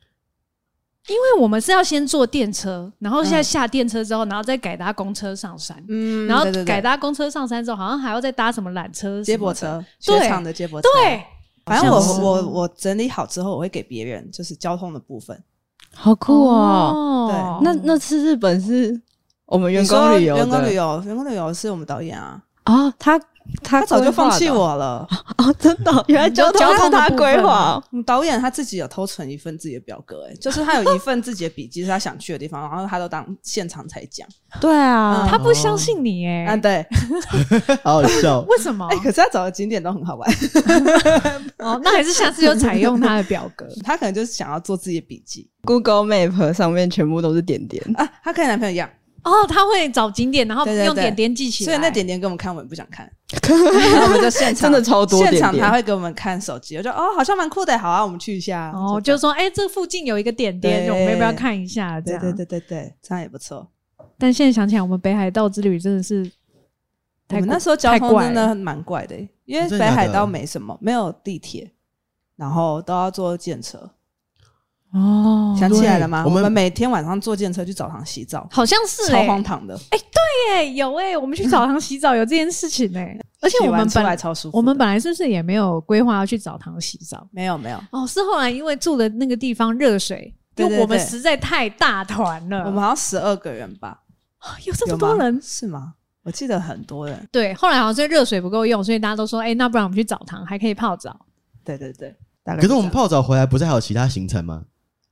Speaker 2: 因为我们是要先坐电车，然后现在
Speaker 1: 嗯
Speaker 2: 下电车之后，然后再改搭公车上山。
Speaker 1: 嗯
Speaker 2: 然后
Speaker 1: 对对对
Speaker 2: 改搭公车上山之后，好像还要再搭什么缆车、
Speaker 1: 接驳。车，
Speaker 2: 对
Speaker 1: 雪场的接驳车。，
Speaker 2: 对，
Speaker 1: 反正我
Speaker 2: 好像是
Speaker 1: 我我整理好之后，我会给别人，就是交通的部分。
Speaker 4: 好酷哦！
Speaker 1: 哦
Speaker 4: 那那次日本是我们员
Speaker 1: 你说
Speaker 4: 工旅游的，
Speaker 1: 员工旅游，员工旅游是我们导演啊，
Speaker 4: 啊，他他
Speaker 1: 他早就放弃
Speaker 4: 规划
Speaker 1: 我了。
Speaker 4: 的哦，真的哦， 原来交
Speaker 2: 你说交通
Speaker 4: 通
Speaker 2: 的
Speaker 4: 他
Speaker 2: 部分
Speaker 4: 规划
Speaker 1: 我们导演他自己有偷存一份自己的表格、欸，就是他有一份自己的笔记，是他想去的地方，然后他都当现场才讲。
Speaker 4: 哦，对啊，
Speaker 2: 他不相信你哎、
Speaker 1: 啊，对，
Speaker 3: 好好笑。
Speaker 2: 为什么？
Speaker 1: 哎、可是他找的景点都很好玩，
Speaker 2: 哦，那还是下次就采用他的表 格。
Speaker 1: 他可能就是想要做自己的笔记
Speaker 4: Google Map 上面全部都是点点，
Speaker 1: 啊。他跟男朋友一样，
Speaker 2: 哦，他会找景点，然后
Speaker 1: 对对对
Speaker 2: 用点点记起来。
Speaker 1: 所以那点点给我们看，我们不想 看，然后我们就现场
Speaker 4: 真的超多点
Speaker 1: 现场他
Speaker 4: 点。
Speaker 1: 会给我们看手机，我就哦，好像蛮酷的，好啊，我们去一下。
Speaker 2: 哦，
Speaker 1: 这
Speaker 2: 就
Speaker 1: 样
Speaker 2: 说哎、这附近有一个点点，
Speaker 1: 对
Speaker 2: 我们要不要看一下？这
Speaker 1: 对
Speaker 2: 样
Speaker 1: 对对对对，这样也不错。
Speaker 2: 但现在想起来，我们北海道之旅真的是
Speaker 1: 我
Speaker 2: 太
Speaker 1: 们那
Speaker 2: 怪
Speaker 1: 时候交
Speaker 2: 太
Speaker 1: 通
Speaker 2: 怪
Speaker 1: 真
Speaker 2: 了
Speaker 1: 的蛮怪的、因为
Speaker 3: 真
Speaker 1: 北
Speaker 3: 的假
Speaker 1: 海
Speaker 3: 的
Speaker 1: 道没什么，没有地铁，然后都要坐电车。
Speaker 2: 哦，
Speaker 1: 想起来了吗？我
Speaker 3: 对我们
Speaker 1: 们每天晚上坐电车去澡堂洗澡，
Speaker 2: 好像是
Speaker 1: 超
Speaker 2: 哎、
Speaker 1: 荒唐的。
Speaker 2: 对耶，有哎、我们去澡堂洗澡有这件事情哎、而且
Speaker 1: 洗
Speaker 2: 我
Speaker 1: 完
Speaker 2: 们
Speaker 1: 出来
Speaker 2: 本
Speaker 1: 超舒服的。
Speaker 2: 我们本来是不是也没有规划要去澡堂洗澡？
Speaker 1: 没有没有，
Speaker 2: 哦，是后来因为住的那个地方热水，
Speaker 1: 对对
Speaker 2: 因为我们
Speaker 1: 对
Speaker 2: 实在太大团了，
Speaker 1: 我们好像十二个人吧，
Speaker 2: 有啊这么
Speaker 1: 有
Speaker 2: 多
Speaker 1: 吗
Speaker 2: 人。
Speaker 1: 是吗？我记得很多人。
Speaker 2: 对，后来好像是热水不够用，所以大家都说，哎、那不然我们去澡堂还可以泡澡。
Speaker 1: 对对对，大概
Speaker 3: 可是我
Speaker 1: 这
Speaker 3: 们
Speaker 1: 样
Speaker 3: 泡澡回来，不是还有其他行程吗？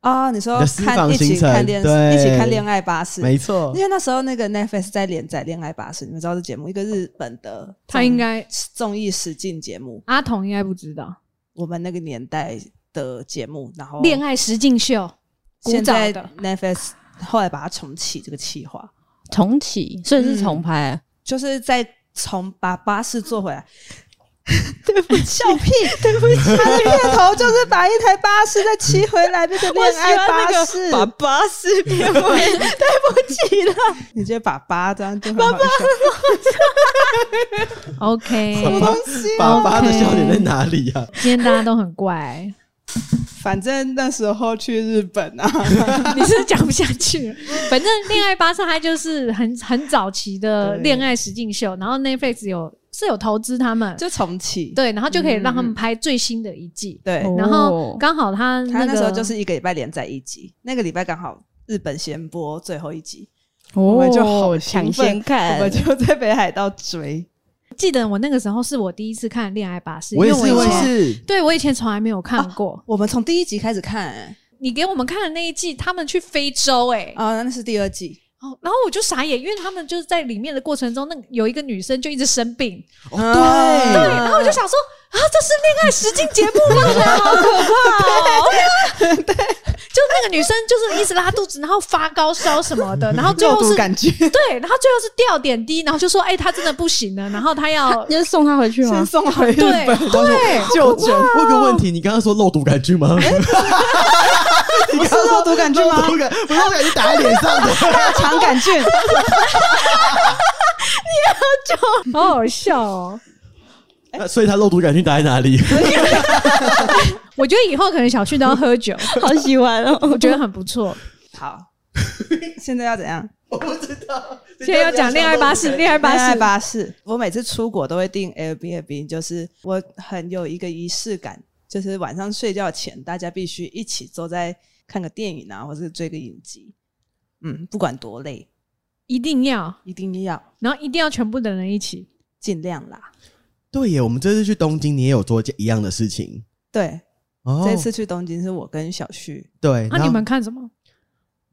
Speaker 1: 啊，你说
Speaker 3: 你的私
Speaker 1: 看
Speaker 3: 房
Speaker 1: 一起
Speaker 3: 行程
Speaker 1: 看电视，
Speaker 3: 对
Speaker 1: 一起看恋爱巴士。
Speaker 3: 没错
Speaker 1: 因，为那时候那个 Netflix 在连载《恋爱巴士》，你们知道这节目，一个日本的
Speaker 2: 他
Speaker 1: 综
Speaker 2: 应该
Speaker 1: 综艺实境节目，
Speaker 2: 阿童应该不知道，
Speaker 1: 我们那个年代的节目。然后
Speaker 2: 恋爱实境秀，古
Speaker 1: 哦现
Speaker 2: 早
Speaker 1: 在
Speaker 2: 的
Speaker 1: Netflix 后来把它重启这个企划，
Speaker 4: 重启，所以是重拍，
Speaker 1: 就是在从把巴士坐回来。 对不起， 笑屁！对不起，它的片头就是把一台巴士再骑回来， 那个恋爱巴士，
Speaker 4: 把巴士变为 对不起了，
Speaker 1: 你直接把巴这样就很好笑。
Speaker 2: ，OK。
Speaker 3: 哦爸爸的笑点在哪里啊呀、
Speaker 2: 今天大家都很怪，
Speaker 1: 反正那时候去日本啊，
Speaker 2: 你是不是讲不下去了。反正恋爱巴士它就是很很早期的
Speaker 1: 对
Speaker 2: 恋爱实境秀，然后 Netflix 有是有投资他们，
Speaker 1: 就重启。
Speaker 2: 对，然后就可以让他
Speaker 1: 嗯嗯
Speaker 2: 们
Speaker 1: 嗯
Speaker 2: 拍最新的一季。
Speaker 1: 对，
Speaker 4: 哦
Speaker 2: 然后刚好他
Speaker 1: 他
Speaker 2: 那
Speaker 1: 那
Speaker 2: 个
Speaker 1: 时候就是一个礼拜连载一集，那个礼拜刚好日本先播最后一集，
Speaker 4: 我
Speaker 1: 们就好兴
Speaker 4: 抢
Speaker 1: 奋
Speaker 4: 哦先看
Speaker 1: 我，们就在北海道追。
Speaker 2: 记得我那个时候是我第一次看《恋爱巴士》，
Speaker 3: 我也
Speaker 2: 因为
Speaker 3: 是，
Speaker 2: 我
Speaker 3: 我
Speaker 2: 以
Speaker 3: 也
Speaker 2: 前
Speaker 3: 是。
Speaker 2: 对我以前从来没有看过。
Speaker 1: 我们从第一集开始看、欸，
Speaker 2: 你给我们看的那一季，他们去非洲、欸，哎、
Speaker 1: 啊，那是第二季，
Speaker 2: 哦，然后我就傻眼，因为他们就是在里面的过程中，那有一个女生就一直生病，
Speaker 1: 嗯
Speaker 3: 哦对
Speaker 2: 对，然后我就想说啊，这是恋爱实境节目吗？好可怕哦！就那个女生就是一直拉肚子，然后发高烧什么的，然后最
Speaker 1: 肉
Speaker 2: 后
Speaker 1: 毒
Speaker 2: 是
Speaker 1: 杆菌，
Speaker 2: 对，然后最后是掉点滴，然后就说哎、她真的不行了，然后她 要
Speaker 4: 就是送他回去
Speaker 1: 先
Speaker 4: 吗？
Speaker 1: 送回日
Speaker 2: 对
Speaker 1: 本，
Speaker 2: 对，
Speaker 3: 就诊。我有个问题，你刚刚说肉毒杆菌 吗？
Speaker 1: 不是肉毒杆菌
Speaker 3: 肉
Speaker 1: 吗？
Speaker 3: 毒杆，不是肉毒杆菌打在脸上的。
Speaker 1: 大肠杆菌，
Speaker 2: 好好笑哦！
Speaker 3: 那所以他肉毒杆菌打在哪里？
Speaker 2: 我觉得以后可能小旭都要喝酒，
Speaker 4: 好喜欢哦！
Speaker 2: 我觉得很不错。
Speaker 1: 好，现在要怎样？
Speaker 3: 我不知道。
Speaker 2: 现在要讲恋爱巴士，恋爱巴
Speaker 1: 恋爱
Speaker 2: 士，
Speaker 1: 巴士，我每次出国都会订 Airbnb，就是我很有一个仪式感，就是晚上睡觉前大家必须一起坐在看个电影啊，或是追个影集。嗯，不管多累，
Speaker 2: 一定要，
Speaker 1: 一定要
Speaker 2: 然后一定要全部的人一起。
Speaker 1: 尽量啦。
Speaker 3: 对耶，我们这次去东京，你也有做一样的事情
Speaker 1: 对，
Speaker 3: 哦。
Speaker 1: 这次去东京是我跟小旭，
Speaker 3: 对，
Speaker 2: 那、
Speaker 3: 然后
Speaker 2: 啊你们看什么？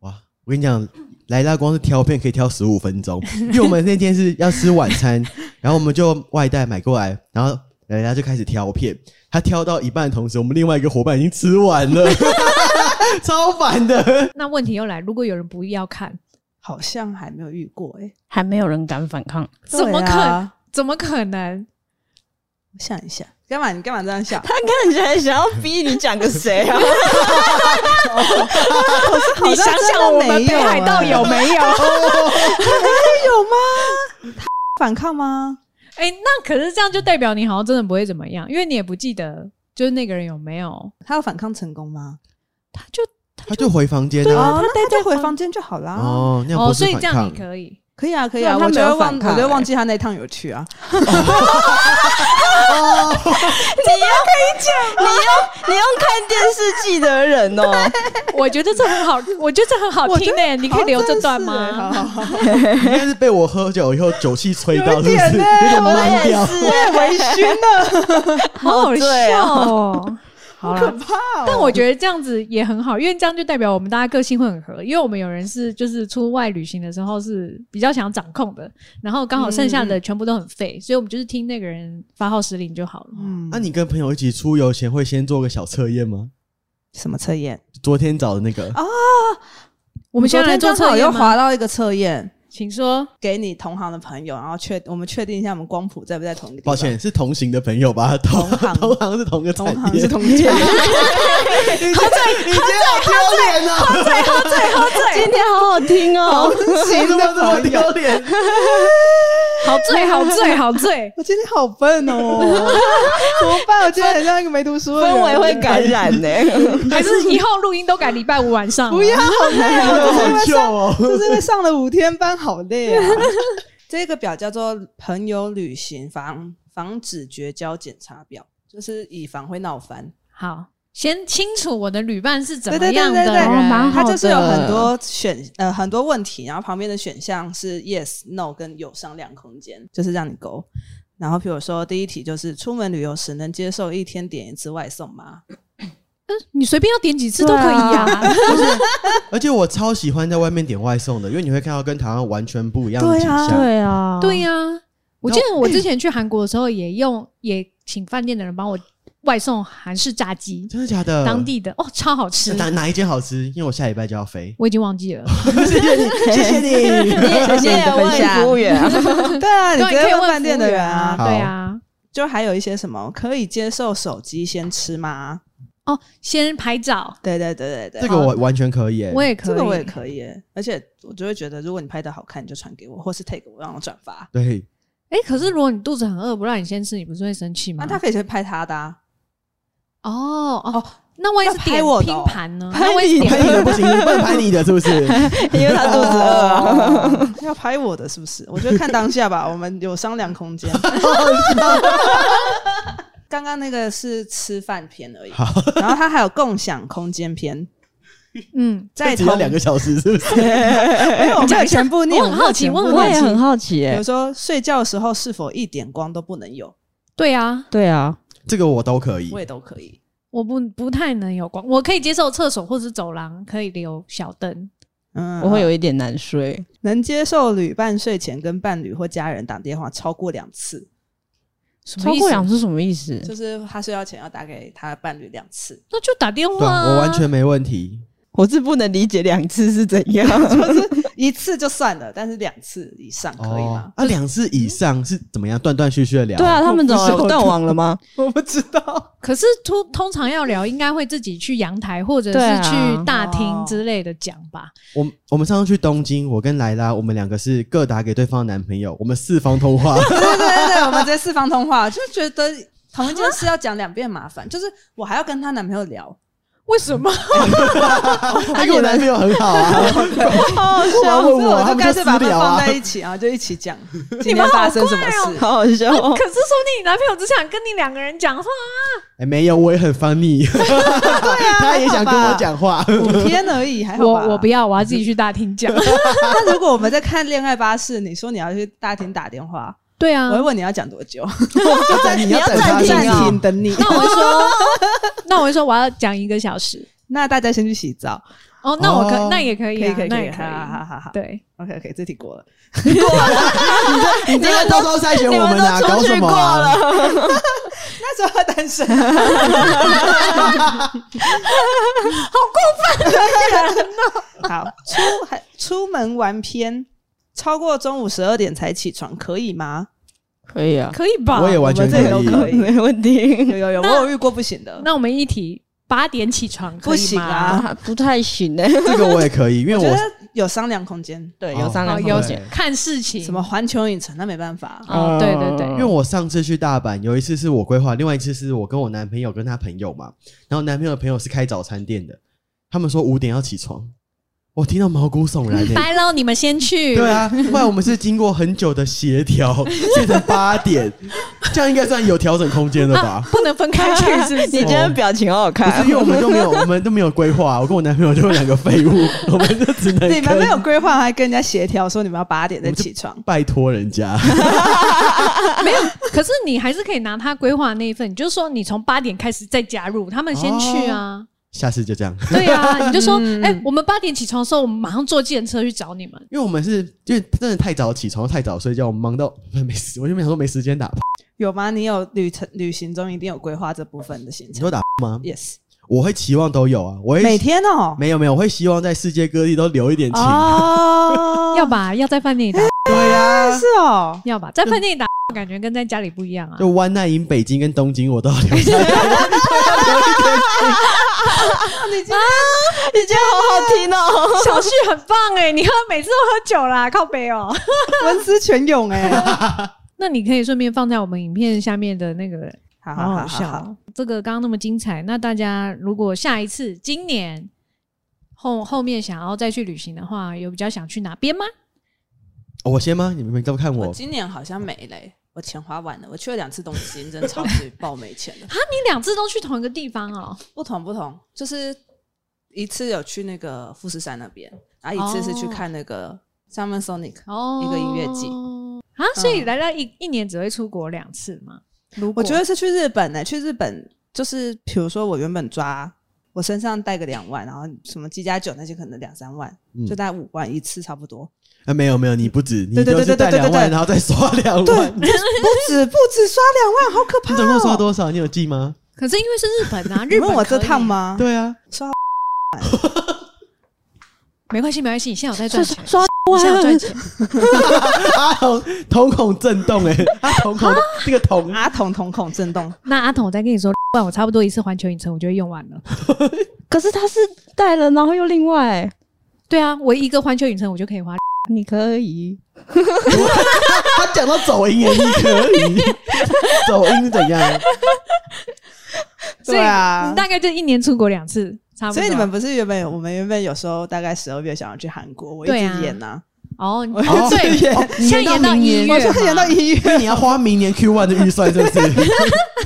Speaker 3: 哇，我跟你讲，莱拉光是挑片可以挑十五分 钟，因为我们那天是要吃晚餐，然后我们就外带买过来，然后莱拉就开始挑片。她挑到一半的同时，我们另外一个伙伴已经吃完 了，超烦的。
Speaker 2: 那问题又来，如果有人不要看，
Speaker 1: 好像还没有遇过哎、
Speaker 4: 还没有人敢反抗，
Speaker 2: 怎么
Speaker 1: 对
Speaker 2: 可能？
Speaker 1: 啊
Speaker 2: 怎么可能？
Speaker 1: 我想一下，干嘛？你干嘛这样笑？
Speaker 4: 他看起来想要逼你讲个谁 啊？
Speaker 2: 你想想我们北
Speaker 1: 啊
Speaker 2: 海道有没有？
Speaker 1: 反抗吗？
Speaker 2: 哎、那可是这样就代表你好像真的不会怎么样，因为你也不记得就是那个人有没有，
Speaker 1: 他有反抗成功吗？
Speaker 2: 他就
Speaker 3: 她就回房间啊。
Speaker 1: 哦，那他就回房间就好啦。
Speaker 3: 哦，那样
Speaker 2: 哦，
Speaker 3: 不是
Speaker 2: 所以
Speaker 3: 反
Speaker 2: 这样
Speaker 3: 抗
Speaker 2: 你。可以。
Speaker 1: 可以啊，可以啊，
Speaker 4: 对啊
Speaker 1: 我
Speaker 4: 他
Speaker 1: 就
Speaker 4: 没有
Speaker 1: 会忘，
Speaker 4: 反抗
Speaker 1: 我就
Speaker 4: 欸
Speaker 1: 忘记他那一趟有去啊。
Speaker 4: 你用你用看电视剧的人哦，
Speaker 2: 我觉得这很好， 我觉得这很好
Speaker 1: 我觉
Speaker 2: 听
Speaker 1: 得
Speaker 2: 呢、你可以留这段
Speaker 1: 好哦像真的是欸好
Speaker 2: 吗？
Speaker 1: 好好
Speaker 3: 应该是被我喝酒以后酒气吹到，
Speaker 1: 有
Speaker 3: 是
Speaker 1: 一
Speaker 3: 不是？
Speaker 1: 点啊
Speaker 3: 有
Speaker 1: 呢
Speaker 3: 点
Speaker 4: 我
Speaker 3: 懵
Speaker 4: 也
Speaker 3: 掉。
Speaker 4: 是，我也
Speaker 1: 熏 了，
Speaker 2: 好好
Speaker 4: 对
Speaker 2: 笑
Speaker 4: 啊
Speaker 2: 哦。好
Speaker 1: 可
Speaker 2: 了，
Speaker 1: 怕哦！
Speaker 2: 但我觉得这样子也很好，因为这样就代表我们大家个性会很合。因为我们有人是就是出外旅行的时候是比较想掌控的，然后刚好剩下的全部都很废，所以我们就是听那个人发号施令就好了。
Speaker 1: 嗯
Speaker 3: 那、，你跟朋友一起出游前会先做个小测验吗？
Speaker 1: 什么测验？
Speaker 3: 昨天找的那个，
Speaker 1: 哦
Speaker 2: 我们现在来做测
Speaker 1: 我
Speaker 2: 验
Speaker 1: 又
Speaker 2: 吗？
Speaker 1: 划到一个测验，
Speaker 2: 请说。
Speaker 1: 给你同行的朋友，然后确我们确定一下我们光谱在不在同一个地方。
Speaker 3: 抱，歉，是同行的朋友吧？同
Speaker 1: 同行
Speaker 3: 同行是同一个产
Speaker 1: 同行
Speaker 3: 业，
Speaker 1: 是同 一个产业。！
Speaker 3: 你今天好丢脸啊！
Speaker 4: 今天好好听哦，
Speaker 3: 你怎么这么丢脸？
Speaker 2: 好醉，好醉，好醉
Speaker 1: 我今天好笨 哦，怎么办？我今天很像一个没读书的人
Speaker 4: 氛围会感染呢、
Speaker 2: 还是以后录音都改礼拜五晚上？啊
Speaker 1: 不要，好累哦，就是因
Speaker 3: 好
Speaker 1: 为
Speaker 3: 糗
Speaker 1: 上，
Speaker 3: 哦！
Speaker 1: 就是因为上了五天班，好累啊。 这个表叫做朋友旅行防防止绝交检查表，就是以防会闹翻。
Speaker 2: 好，先清楚我的旅伴是怎么
Speaker 1: 对对对
Speaker 2: 样的
Speaker 1: 对对
Speaker 4: 哦
Speaker 2: 人，
Speaker 4: 蛮好
Speaker 1: 它就是有
Speaker 4: 的
Speaker 1: 很多选呃很多问题，然后旁边的选项是 yes、no 跟有商量空间，就是让你勾。然后比如说第一题就是出门旅游时能接受一天点一次外送 吗？
Speaker 2: 你随便要点几次都可以啊
Speaker 1: 啊
Speaker 2: 呀、
Speaker 4: 啊
Speaker 3: 而且我超喜欢在外面点外送的，因为你会看到跟台湾完全不一样的
Speaker 1: 对
Speaker 3: 景
Speaker 1: 啊
Speaker 3: 象。
Speaker 4: 啊
Speaker 2: 对呀、我记得我之前去韩国的时候，也用也请饭店的人帮我外送韩式炸鸡，
Speaker 3: 真的假
Speaker 1: 嗯
Speaker 3: 的？
Speaker 2: 当地的哦，超好吃，。
Speaker 3: 哪哪一间好吃？因为我下礼拜就要飞
Speaker 2: 我已经忘记了。
Speaker 3: 谢谢你，谢谢你。
Speaker 1: 谢谢 你的分享
Speaker 4: 服务 员、啊，
Speaker 1: 对啊，你
Speaker 2: 对，
Speaker 1: 直
Speaker 2: 你可以
Speaker 1: 接
Speaker 2: 问
Speaker 1: 饭店的人啊
Speaker 2: 服务员啊，对啊。
Speaker 1: 就还有一些什么可以接受手机先吃吗？
Speaker 2: 哦，先拍照，
Speaker 1: 对对对对
Speaker 3: 这
Speaker 1: 对，
Speaker 3: 个我完全可以耶。
Speaker 2: 我也可
Speaker 1: 这
Speaker 2: 以，
Speaker 1: 个我也可以耶，而且我就会觉得，如果你拍的好看，你就传给我，或是 take 我让我转发。
Speaker 3: 对，
Speaker 2: 哎、可是如果你肚子很饿，不让你先吃，你不是会生气吗？
Speaker 1: 那他可以先拍他的啊，
Speaker 2: 哦哦，那万一是
Speaker 1: 那拍
Speaker 2: 点
Speaker 1: 我的
Speaker 2: 拼
Speaker 1: 哦
Speaker 2: 盘呢？
Speaker 4: 拍
Speaker 2: 那万一是
Speaker 4: 你
Speaker 2: 点
Speaker 3: 拍你的不行，不能拍你的，是不是？
Speaker 4: 因为他肚子饿啊。
Speaker 1: 哦要拍我的是不是？我觉得看当下吧，我们有商量空间。刚刚那个是吃饭篇而已，然后它还有共享空间篇，
Speaker 2: 嗯，
Speaker 1: 在
Speaker 3: 只
Speaker 1: 同
Speaker 3: 要两个小时，是不是？
Speaker 1: 没有，我没有全部念，
Speaker 2: 我
Speaker 1: 没
Speaker 2: 很
Speaker 1: 有
Speaker 2: 好奇
Speaker 1: 全部
Speaker 2: 问
Speaker 1: 念
Speaker 2: 我
Speaker 4: 我也很好奇、
Speaker 1: 比
Speaker 4: 耶嗯
Speaker 1: 如说睡觉的时候是否一点光都不能有，
Speaker 2: 对啊，
Speaker 4: 对啊，
Speaker 3: 这个我都可以
Speaker 1: 我。也都可以。
Speaker 2: 我不不太能有光，我可以接受厕所或是走廊可以留小灯。
Speaker 1: 嗯
Speaker 4: 我会有一点难睡。
Speaker 1: 能接受旅伴睡前跟伴侣或家人打电话超过两次，
Speaker 2: 什
Speaker 4: 超
Speaker 2: 么意
Speaker 4: 过
Speaker 2: 思？
Speaker 4: 两是什么意思？
Speaker 1: 就是他睡觉前要打给他伴侣两次。
Speaker 2: 那就打电
Speaker 3: 对啊
Speaker 2: 话、啊
Speaker 3: 啊，我完全没问题。
Speaker 4: 我是不能理解两次是怎样。
Speaker 1: 一次就算了，但是两次以上可以
Speaker 3: 哦
Speaker 1: 吗？，
Speaker 3: 啊，两次以上是怎么样？断断续续的聊？
Speaker 4: 对 啊，，他们怎么断网了 吗？
Speaker 1: 我不知道，
Speaker 2: 可是通通常要聊，应该会自己去阳台或者
Speaker 4: 对
Speaker 2: 是
Speaker 4: 啊
Speaker 2: 去大厅之类的讲吧。
Speaker 3: 我我们上次去东京，我跟莱拉，我们两个是各打给对方的男朋友，我们四方通话。
Speaker 1: 对对对对，我们直接四方通话，就觉得同一件事要讲两遍麻烦，就是我还要跟她男朋友聊，
Speaker 2: 为什么？
Speaker 4: 啊
Speaker 3: 他跟我男朋友很好啊，
Speaker 1: 好
Speaker 3: 笑
Speaker 1: 所以啊我
Speaker 3: 他
Speaker 1: 就
Speaker 3: 们
Speaker 1: 干
Speaker 3: 就
Speaker 1: 脆把它
Speaker 3: 私聊啊
Speaker 1: 放在一起，然后就一起 讲今天发
Speaker 3: 哦
Speaker 1: 生什么事。
Speaker 4: 好好笑哦、
Speaker 2: 可是说不定你男朋友只想跟你两个人讲话，
Speaker 3: 哎，没有，我也很 funny，
Speaker 1: 对啊，
Speaker 3: 他也想跟我
Speaker 1: 还好吧，
Speaker 3: 讲话。
Speaker 1: 五天而已，哎还好吧？
Speaker 2: 我我不要，我要自己去大厅讲。
Speaker 1: 但如果我们在看《恋爱巴士》，你说你要去大厅打电话，
Speaker 2: 对
Speaker 1: 我
Speaker 2: 啊
Speaker 1: 会，问你要讲多久，
Speaker 3: 就在 你要等他
Speaker 4: 暂停
Speaker 1: 暂
Speaker 4: 哦
Speaker 1: 停等你。
Speaker 2: 那我会说，那我会说我要讲一个小时。
Speaker 1: 那大家先去洗澡，
Speaker 2: 哦，那我可、
Speaker 3: 哦
Speaker 2: 那也可
Speaker 1: 可
Speaker 2: 以、啊，
Speaker 1: 可以
Speaker 2: 那
Speaker 1: 可
Speaker 2: 也
Speaker 1: 以，
Speaker 2: 可
Speaker 1: 好好好
Speaker 2: 以。
Speaker 1: 好好
Speaker 2: 对，
Speaker 1: ，OK OK，这题过了。
Speaker 3: 你这在偷偷筛选我们啊，搞什么啊？
Speaker 1: 那时候他单 身，好出还出门玩偏，超过中午十二点才起床，可以吗？
Speaker 4: 可以啊，
Speaker 2: 可以吧？
Speaker 3: 我也完全
Speaker 1: 我们这里都
Speaker 3: 可
Speaker 1: 可
Speaker 3: 以。
Speaker 1: 以
Speaker 4: 没问
Speaker 1: 有
Speaker 4: 题。
Speaker 1: 有有，我
Speaker 2: 那
Speaker 1: 有遇过不行的。
Speaker 2: 那我们一题八点起床可以吗
Speaker 1: 不行啊
Speaker 4: 啊，不太行哎、
Speaker 3: 这个我也可以，因为
Speaker 1: 我觉
Speaker 3: 我
Speaker 1: 得有商量空间，
Speaker 4: 对，
Speaker 3: 哦
Speaker 4: 有商
Speaker 2: 哦，
Speaker 4: 量
Speaker 2: 有
Speaker 4: 空
Speaker 3: 对
Speaker 4: 间。
Speaker 2: 看事情
Speaker 1: 什么？环球影城那没办法，
Speaker 2: 哦，对对对，
Speaker 3: 因为我上次去大阪，有一次是我规划，另外一次是我跟我男朋友跟他朋友嘛，然后男朋友的朋友是开早餐店的，他们说五点要起床，我听到毛骨悚然 的、
Speaker 2: 拜喽，你们先去。
Speaker 3: 对，啊，后来我们是经过很久的协调，变成八点，这样应该算有调整空间了吧？
Speaker 2: 不能分开 去，是不是？
Speaker 4: 你今天表情好好
Speaker 3: 不是，
Speaker 4: 看
Speaker 3: 因为，我们都没有，我们都没有规划。我跟我男朋友就是两个 废物，我们就只能
Speaker 1: 你们
Speaker 3: 跟
Speaker 1: 没有规划，还跟人家协调说你们要八点再起床。
Speaker 3: 拜托人家。
Speaker 2: 可是你还是可以拿他规划那一份，你就说你从八点开始再加入，他们先去啊。
Speaker 3: 下次就这样，
Speaker 2: 对 啊，你就说，
Speaker 1: 哦嗯
Speaker 2: 哎、我们八点起床的时候，我们马上坐计程车去找你们。
Speaker 3: 因为我们是因为真的太早起床，太早睡觉，我们忙到没时，我就没想说没时间打。
Speaker 1: 有吗？你有旅程旅行中一定有规划这部分的行
Speaker 3: 你
Speaker 1: 程
Speaker 3: 说打 吗？
Speaker 1: ？Yes，
Speaker 3: 我会期望都有啊，我
Speaker 1: 每
Speaker 3: 会
Speaker 1: 天哦。
Speaker 3: 没有没有，我会希望在世界各地都留一点情。
Speaker 1: 哦 哎
Speaker 2: 要吧，要在饭店里打，
Speaker 3: 对呀、啊
Speaker 1: 是，哦，
Speaker 2: 要吧，在饭店里打，感觉跟在家里不一样啊。
Speaker 3: 就湾奈影北京跟东京我都要 留下来。
Speaker 1: 啊
Speaker 4: 你今天好好听哦、
Speaker 2: 小旭很棒哎、你喝每次都喝酒啦，靠北哦。
Speaker 1: 文思泉涌 哎，
Speaker 2: 那你可以顺便放在我们影片下面的那个
Speaker 1: 好
Speaker 2: 好
Speaker 1: 好
Speaker 2: 好笑
Speaker 1: 好
Speaker 2: 哦、
Speaker 1: 好，
Speaker 2: 这个刚刚那么精彩，那大家如果下一次今年后后面想要再去旅行的话，有比较想去哪边吗？
Speaker 3: 哦我先吗？你们都看
Speaker 1: 我
Speaker 3: 我。
Speaker 1: 今年好像没嘞、我钱花完了，我去了两次东京，真的超 级爆没钱的。
Speaker 2: 你两次都去同一个地方哦，
Speaker 1: 不同不同，就是一次有去那个富士山那边，然后一次是
Speaker 3: 哦
Speaker 1: 去看那个 Summer Sonic。
Speaker 2: 哦，
Speaker 1: 一个嗯音乐季
Speaker 2: 啊，所以来来一一年只会出国两次吗？如果
Speaker 1: 我觉得是去日本呢、去日本就是比如说我原本抓我身上带个两万，然后什么机加酒那些可能两三万，
Speaker 3: 嗯
Speaker 1: 就大概五万一次差不多。
Speaker 3: 啊，没有没有，你不止，你
Speaker 1: 对对
Speaker 3: 都是
Speaker 1: 对对
Speaker 3: 带
Speaker 1: 对对
Speaker 3: 两万，
Speaker 1: 对
Speaker 3: 然后再刷两
Speaker 1: 对，
Speaker 3: 万。
Speaker 1: 不止不止刷两万，好可怕、
Speaker 3: 你
Speaker 1: 哦！
Speaker 3: 总共刷多少？你有记吗？
Speaker 2: 可是因为是日本 啊，
Speaker 1: 你
Speaker 2: 日本
Speaker 1: 问我这
Speaker 2: 可以
Speaker 1: 趟？吗？
Speaker 3: 对啊，
Speaker 2: 没关系，没关系，你现在有在
Speaker 4: 刷
Speaker 2: 赚钱，
Speaker 4: 刷
Speaker 2: 你现在有赚钱，
Speaker 3: 阿童瞳孔震动哎、阿瞳孔这个 瞳
Speaker 1: 阿童瞳孔震动，
Speaker 2: 那阿童，我再跟你说，不然我差不多一次环球影城我就会用完了。
Speaker 4: 可是他是带了，然后又另外，
Speaker 2: 对啊，我一个环球影城我就可以花。
Speaker 4: 你可以，
Speaker 3: 他讲到走音哎，你可以走音是怎 样？
Speaker 2: 所以
Speaker 1: 对啊
Speaker 2: 你大概就一年出国两次，差不多。
Speaker 1: 所以你们不是原本有我们原本有时候大概十二月想要去韩国，我一直
Speaker 2: 对啊
Speaker 1: 演呐、
Speaker 2: 哦，你
Speaker 1: 我一
Speaker 2: 哦
Speaker 1: 直
Speaker 2: 对，
Speaker 1: 演，
Speaker 2: 现在演到一月
Speaker 1: 我
Speaker 2: 嘛，
Speaker 1: 就是演到一月，
Speaker 3: 那你要花明年 Q one 的预算是不是？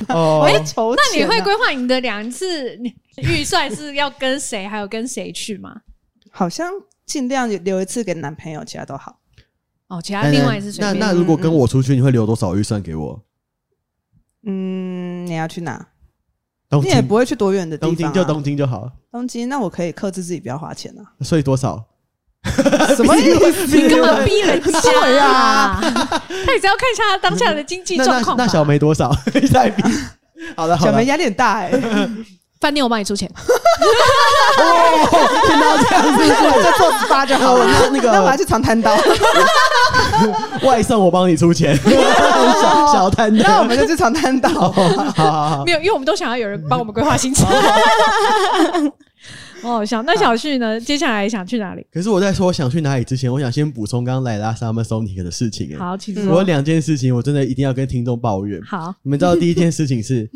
Speaker 3: 哦，
Speaker 1: 我要筹钱啊、
Speaker 2: 那你会规划你的两次你预算是要跟谁，还有跟谁去吗？
Speaker 1: 好像尽量留一次给男朋友，其他都好。
Speaker 2: 哦，其他
Speaker 3: 那
Speaker 2: 另外一次随
Speaker 3: 那
Speaker 2: 便。
Speaker 3: 那如果跟我出去，你会留多少预算给我？
Speaker 1: 嗯，你要去哪？
Speaker 3: 东
Speaker 1: 你也
Speaker 3: 京
Speaker 1: 不，会去多远的地方、
Speaker 3: 东
Speaker 1: 啊，
Speaker 3: 京就东京就好，
Speaker 1: 东京。那我可以克制自己不要花钱 啊。
Speaker 3: 所以多少？
Speaker 1: 什么意思？
Speaker 2: 你干嘛逼人家
Speaker 1: 对
Speaker 2: 呀？
Speaker 1: 啊
Speaker 2: 他也是要看一下他当下的经济
Speaker 3: 那
Speaker 2: 状
Speaker 3: 那
Speaker 2: 况吧。
Speaker 3: 那小梅多少？再比。好了 好
Speaker 1: 小
Speaker 3: 了
Speaker 1: 梅，压力很大哎、
Speaker 2: 饭店我帮你出钱，
Speaker 3: 哦，天哪，这样 子
Speaker 1: 我就做 SPA 就好
Speaker 3: 好，
Speaker 1: 了。
Speaker 3: 那那
Speaker 1: 那我要
Speaker 3: 个
Speaker 1: 去长 滩岛，
Speaker 3: 外送我帮你出 钱，小小摊的，
Speaker 1: 那我们就去长滩
Speaker 3: 好
Speaker 1: 岛。
Speaker 3: 好好好
Speaker 2: 没有，因为我们都想要有人帮我们规划行程。 哦，想那小旭呢？接下来想去哪里？
Speaker 3: 可是我在说我想去哪里之前，我想先补充刚刚莱拉 Summer Sonic 的事情、欸。
Speaker 2: 好，请
Speaker 3: 我有
Speaker 2: 说。
Speaker 3: 两件事情，我真的一定要跟听众抱怨。
Speaker 2: 好，
Speaker 3: 你们知道第一件事情是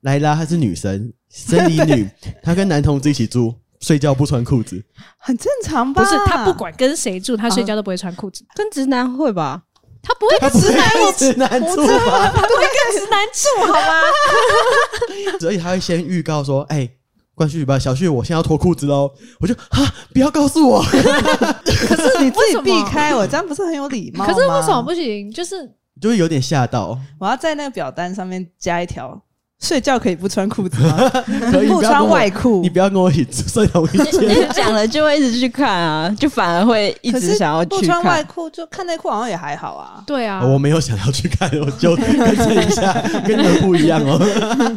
Speaker 3: 莱拉她是女生，生理女，她跟男同志一起住，睡觉不穿裤子。
Speaker 1: 很正常吧？
Speaker 2: 不是他不管跟谁住，他睡觉都不会穿裤子，
Speaker 4: 跟直男会吧？
Speaker 2: 他不会
Speaker 3: 她
Speaker 2: 跟
Speaker 3: 不
Speaker 2: 直
Speaker 3: 是
Speaker 2: 男，
Speaker 3: 直男啊住吧？
Speaker 2: 他不会跟直男住，好 吗？
Speaker 3: 所以她会先预告说：“哎、关旭吧，小旭，我现在要脱裤子喽。”我就哈，不要告诉我，
Speaker 1: 可 是你自己
Speaker 2: 为什
Speaker 1: 避
Speaker 2: 么
Speaker 1: 开我，这样不是很有礼貌
Speaker 2: 可
Speaker 1: 吗？
Speaker 2: 是为什么不行？就是
Speaker 3: 就会有点吓到。
Speaker 1: 我要在那个表单上面加一条：睡觉可以不穿裤子吗？
Speaker 3: 可以
Speaker 1: 不
Speaker 3: 要跟
Speaker 1: 穿
Speaker 3: 我
Speaker 1: 外裤
Speaker 3: 你。不要跟我一起睡同一间。
Speaker 4: 你讲了就会一直去看啊，就反而会一
Speaker 1: 可
Speaker 4: 直
Speaker 1: 是
Speaker 4: 想要
Speaker 1: 不
Speaker 4: 去
Speaker 1: 穿外
Speaker 4: 看。
Speaker 1: 裤就看内裤，好像也还好啊。
Speaker 2: 对啊，
Speaker 3: 哦我没有想要去看，我就更正一下， 跟你们不一样哦。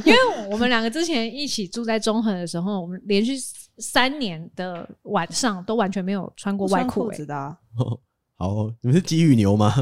Speaker 2: 因为我们两个之前一起住在中横的时候，我们连续三年的晚上都完全没有穿过
Speaker 1: 不
Speaker 2: 外
Speaker 1: 穿
Speaker 2: 裤、
Speaker 1: 裤
Speaker 2: 欸
Speaker 1: 子的啊，
Speaker 3: 好哦，你们是鸡与牛吗？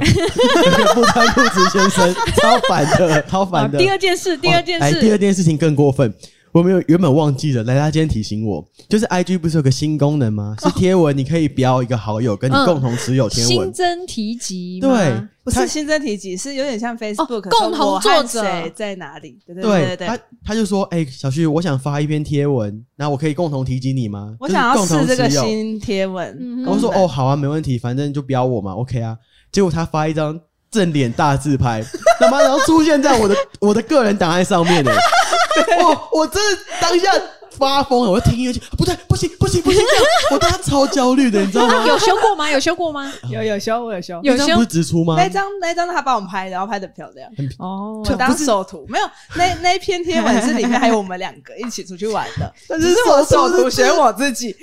Speaker 3: 不穿裤子先生，超烦的，超
Speaker 2: 啊
Speaker 3: 烦的。
Speaker 2: 第二件事，第二件
Speaker 3: 哦哎
Speaker 2: 事，
Speaker 3: 第二件事情更过分。我没有原本忘记了，来，他今天提醒我，就是 I G 不是有个新功能吗？
Speaker 1: 哦
Speaker 3: 是贴文，你可以标一个好友，跟你
Speaker 2: 嗯
Speaker 3: 共同持有贴
Speaker 2: 新。
Speaker 3: 文
Speaker 2: 增提及吗
Speaker 3: 对，
Speaker 1: 不是新增提及，是有点像 Facebook
Speaker 2: 哦
Speaker 1: 说
Speaker 2: 共同
Speaker 1: 我和
Speaker 2: 作者
Speaker 1: 谁在哪里？对对
Speaker 3: 对
Speaker 1: 对对
Speaker 3: 他
Speaker 1: 对，，
Speaker 3: 他就说：“哎，小旭，我想发一篇贴文，那我可以共同提及你吗？”
Speaker 1: 我
Speaker 3: 就是
Speaker 1: 想要
Speaker 3: 共同
Speaker 1: 试这个
Speaker 3: 持有
Speaker 1: 新贴文
Speaker 2: 嗯。
Speaker 3: 我
Speaker 1: 功
Speaker 3: 说
Speaker 1: 能
Speaker 3: 哦，，好啊，没问题，反正就标我嘛，OK 啊。结果他发一张正脸大自拍，他妈然后出现在我的我的个人档案上面呢、欸我我真的当下发疯了，我就听音乐去，不对，不行不行不行，这样我当时超焦虑的，你知道吗？
Speaker 2: 啊有修过吗？有修过吗？
Speaker 1: 有有修，我有修。
Speaker 2: 有
Speaker 3: 那
Speaker 2: 修
Speaker 3: 张不是直出吗？
Speaker 1: 那张那张他帮我们拍的，然后拍的漂亮。
Speaker 2: 哦
Speaker 1: 我当首图没有，那那一篇贴文是里面还有我们两个一起出去玩 的，只是我首图选我自己，